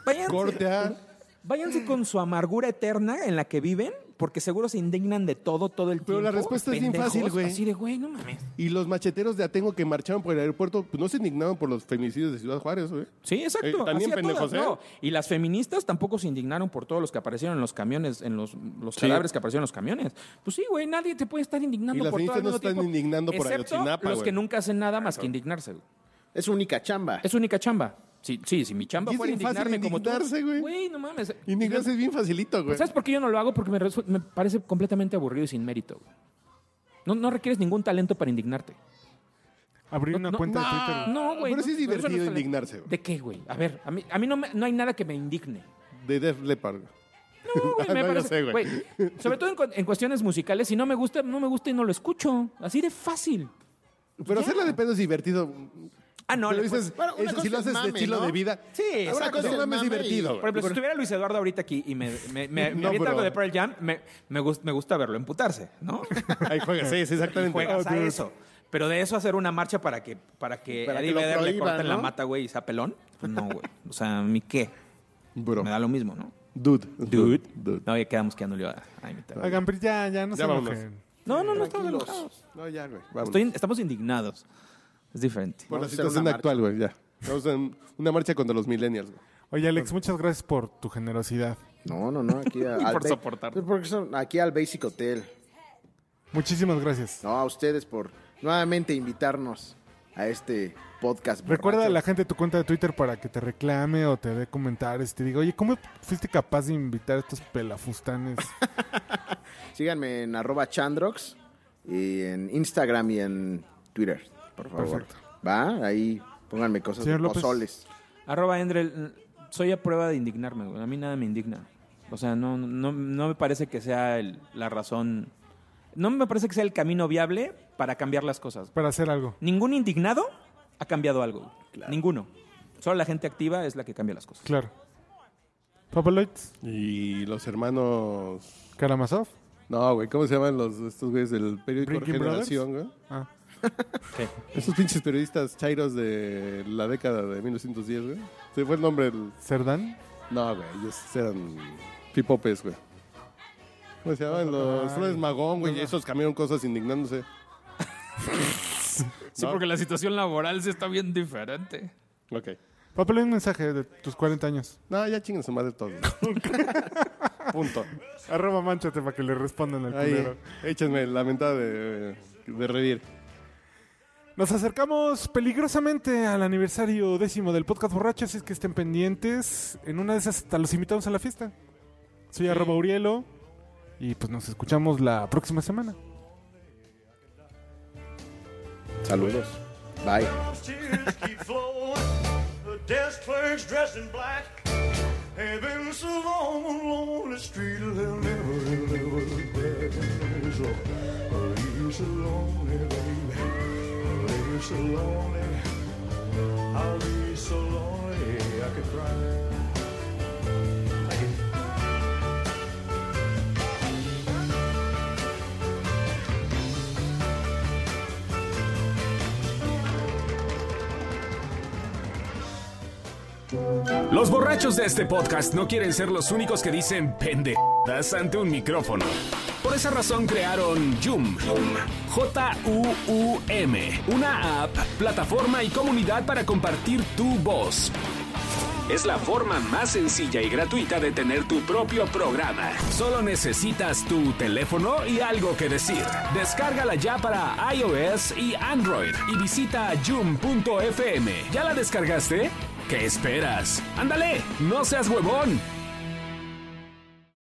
[SPEAKER 8] Váyanse,
[SPEAKER 7] Corte A.
[SPEAKER 8] váyanse con su amargura eterna en la que viven, porque seguro se indignan de todo, todo el
[SPEAKER 7] Pero
[SPEAKER 8] tiempo.
[SPEAKER 7] la respuesta es bien
[SPEAKER 8] pendejos.
[SPEAKER 7] fácil, güey.
[SPEAKER 8] Así de, güey, no mames.
[SPEAKER 7] Y los macheteros de Atengo que marcharon por el aeropuerto, pues no se indignaron por los feminicidios de Ciudad Juárez, güey.
[SPEAKER 8] Sí, exacto.
[SPEAKER 7] Eh, también
[SPEAKER 8] Así a
[SPEAKER 7] pendejos,
[SPEAKER 8] todas,
[SPEAKER 7] ¿eh?
[SPEAKER 8] no. Y las feministas tampoco se indignaron por todos los que aparecieron en los camiones, en los, los
[SPEAKER 7] Sí.
[SPEAKER 8] cadáveres que aparecieron en los camiones. Pues sí, güey, nadie te puede estar indignando
[SPEAKER 7] Y las
[SPEAKER 8] por todo
[SPEAKER 7] feministas
[SPEAKER 8] al
[SPEAKER 7] no
[SPEAKER 8] mismo
[SPEAKER 7] están
[SPEAKER 8] tiempo,
[SPEAKER 7] indignando por
[SPEAKER 8] excepto
[SPEAKER 7] Ayotzinapa,
[SPEAKER 8] los
[SPEAKER 7] güey.
[SPEAKER 8] que nunca hacen nada más que indignarse. güey.
[SPEAKER 9] Es única chamba.
[SPEAKER 8] Es su única chamba. Sí, sí, si mi chamba
[SPEAKER 7] Y es
[SPEAKER 8] fuera
[SPEAKER 7] bien fácil
[SPEAKER 8] indignarme como tú.
[SPEAKER 7] indignarse, güey.
[SPEAKER 8] Güey, no mames.
[SPEAKER 7] Indignarse es bien facilito, güey.
[SPEAKER 8] ¿Sabes por qué yo no lo hago? Porque me, resu- me parece completamente aburrido y sin mérito. güey. No, no requieres ningún talento para indignarte.
[SPEAKER 6] Abrir una
[SPEAKER 8] no,
[SPEAKER 6] cuenta de
[SPEAKER 7] no.
[SPEAKER 6] Twitter.
[SPEAKER 8] No, güey.
[SPEAKER 7] Pero
[SPEAKER 8] no,
[SPEAKER 7] sí es
[SPEAKER 8] eso no
[SPEAKER 7] divertido
[SPEAKER 8] talento.
[SPEAKER 7] indignarse, güey.
[SPEAKER 8] ¿De qué, güey? A ver, a mí, a mí no, me- no hay nada que me indigne.
[SPEAKER 7] De Def Leppard.
[SPEAKER 8] No, güey,
[SPEAKER 7] Ah, no,
[SPEAKER 8] me
[SPEAKER 7] yo
[SPEAKER 8] parece-
[SPEAKER 7] sé, güey.
[SPEAKER 8] güey, Sobre todo en, cu- en cuestiones musicales, si no me gusta, no me gusta y no lo escucho. Así de fácil.
[SPEAKER 7] Pero hacerla de pedo es divertido.
[SPEAKER 8] Ah, no,
[SPEAKER 7] Pero
[SPEAKER 8] le-
[SPEAKER 7] dices,
[SPEAKER 9] bueno, una
[SPEAKER 7] eso, si
[SPEAKER 9] cosa
[SPEAKER 7] lo
[SPEAKER 9] es
[SPEAKER 7] haces
[SPEAKER 9] mame,
[SPEAKER 7] de estilo
[SPEAKER 9] ¿no?
[SPEAKER 7] de vida.
[SPEAKER 8] Sí,
[SPEAKER 7] ahora
[SPEAKER 8] exacto.
[SPEAKER 7] cosa es
[SPEAKER 9] Mame
[SPEAKER 7] más
[SPEAKER 9] y-
[SPEAKER 7] divertido. güey.
[SPEAKER 8] Por ejemplo, si estuviera Luis Eduardo ahorita aquí y me, me, me- me
[SPEAKER 7] No,
[SPEAKER 8] avienta
[SPEAKER 7] bro.
[SPEAKER 8] algo de Pearl Jam, me, me, gust- me gusta verlo emputarse, ¿no?
[SPEAKER 7] Ahí juegas, sí, sí,
[SPEAKER 8] Y
[SPEAKER 7] exactamente.
[SPEAKER 8] juegas
[SPEAKER 7] Ah,
[SPEAKER 8] a
[SPEAKER 7] dude.
[SPEAKER 8] eso. Pero de eso hacer una marcha para que, para que
[SPEAKER 9] Para que
[SPEAKER 8] Eddie
[SPEAKER 9] lo
[SPEAKER 8] Vedder le
[SPEAKER 9] prohíban,
[SPEAKER 8] corten la
[SPEAKER 9] ¿no?
[SPEAKER 8] mata, güey, y sea pelón. Pues no, güey. O sea, ¿a mí qué?
[SPEAKER 7] Bro.
[SPEAKER 8] Me da lo mismo, ¿no?
[SPEAKER 7] Dude.
[SPEAKER 8] Dude.
[SPEAKER 7] Dude.
[SPEAKER 8] No, ya quedamos quedando a, a imitar.
[SPEAKER 6] Oigan, pero ya, ya, no
[SPEAKER 7] Ya
[SPEAKER 6] se
[SPEAKER 7] vámonos.
[SPEAKER 6] enojen.
[SPEAKER 8] No, no, no estamos enojados.
[SPEAKER 7] No, ya, güey. vámonos.
[SPEAKER 8] Estoy- estamos indignados. Es diferente.
[SPEAKER 7] Por
[SPEAKER 9] Vamos a
[SPEAKER 7] la
[SPEAKER 9] hacer una
[SPEAKER 7] situación
[SPEAKER 9] marcha.
[SPEAKER 7] actual, güey, ya. Vamos a hacer una marcha contra los millennials, güey.
[SPEAKER 6] Oye, Alex, muchas gracias por tu generosidad.
[SPEAKER 9] No, no, no. Aquí a- al
[SPEAKER 8] por
[SPEAKER 9] ba-
[SPEAKER 8] soportar.
[SPEAKER 9] Porque son- aquí al Basic Hotel.
[SPEAKER 6] Muchísimas gracias.
[SPEAKER 9] No, a ustedes por nuevamente invitarnos a este podcast.
[SPEAKER 6] Recuerda a
[SPEAKER 9] borracho.
[SPEAKER 6] la gente tu cuenta de Twitter para que te reclame o te dé comentarios y te diga, oye, ¿cómo fuiste capaz de invitar a estos pelafustanes?
[SPEAKER 9] Síganme en arroba chandrox y en Instagram y en Twitter, por favor.
[SPEAKER 6] Perfecto.
[SPEAKER 9] Va, ahí pónganme cosas
[SPEAKER 6] Señor
[SPEAKER 9] de
[SPEAKER 6] López.
[SPEAKER 9] pozoles.
[SPEAKER 8] Arroba Endrel, soy a prueba de indignarme, güey. A mí nada me indigna. O sea, no, no, no me parece que sea el- la razón. No me parece que sea el camino viable para cambiar las cosas.
[SPEAKER 6] para hacer algo.
[SPEAKER 8] Ningún indignado ha cambiado algo. güey. Ninguno. Solo la gente activa es la que cambia las cosas.
[SPEAKER 6] Claro. Papaloids,
[SPEAKER 7] Y los hermanos...
[SPEAKER 6] Karamazov.
[SPEAKER 7] No, güey, ¿cómo se llaman los, estos güeyes del periódico
[SPEAKER 6] Breaking
[SPEAKER 7] Generación, güey?
[SPEAKER 6] Ah.
[SPEAKER 7] Esos pinches periodistas chairos de la década de 1910, güey. Se fue el nombre del...
[SPEAKER 6] Cerdán.
[SPEAKER 7] No, güey, ellos eran pipopes, güey. ¿Cómo se llamaban? Los Flores Magón, güey. Esos cambiaron cosas indignándose.
[SPEAKER 14] Sí,
[SPEAKER 7] No.
[SPEAKER 14] porque la situación laboral se está bien diferente.
[SPEAKER 7] Ok.
[SPEAKER 6] Papaloid, un mensaje de tus 40 años.
[SPEAKER 7] No, ya chinguen su madre todos. Punto.
[SPEAKER 6] Arroba manchate para que le respondan al
[SPEAKER 7] Ahí,
[SPEAKER 6] culero.
[SPEAKER 7] échenme la mentada de, de reír.
[SPEAKER 6] Nos acercamos peligrosamente al aniversario décimo del podcast borracho, así es que estén pendientes. En una de esas hasta los invitamos a la fiesta. Soy arroba Urielo y pues nos escuchamos la próxima semana.
[SPEAKER 9] Saludos. Bye.
[SPEAKER 12] girl's tears keep flowing. The desk clerk's dressed in black. Ain't been so long on lonely street. They'll never, they'll never look back. He's so, he's so lonely, baby. He's so lonely. I'll be so lonely I could cry. I could
[SPEAKER 1] Los borrachos de este podcast no quieren ser los únicos que dicen pendejadas idiotas ante un micrófono. Por esa razón crearon Joom. J-U-U-M. Una app, plataforma y comunidad para compartir tu voz. Es la forma más sencilla y gratuita de tener tu propio programa. Solo necesitas tu teléfono y algo que decir. Descárgala ya para iOS y Android y visita joom.fm. ¿Ya la descargaste? ¿Qué esperas? Ándale, no seas huevón.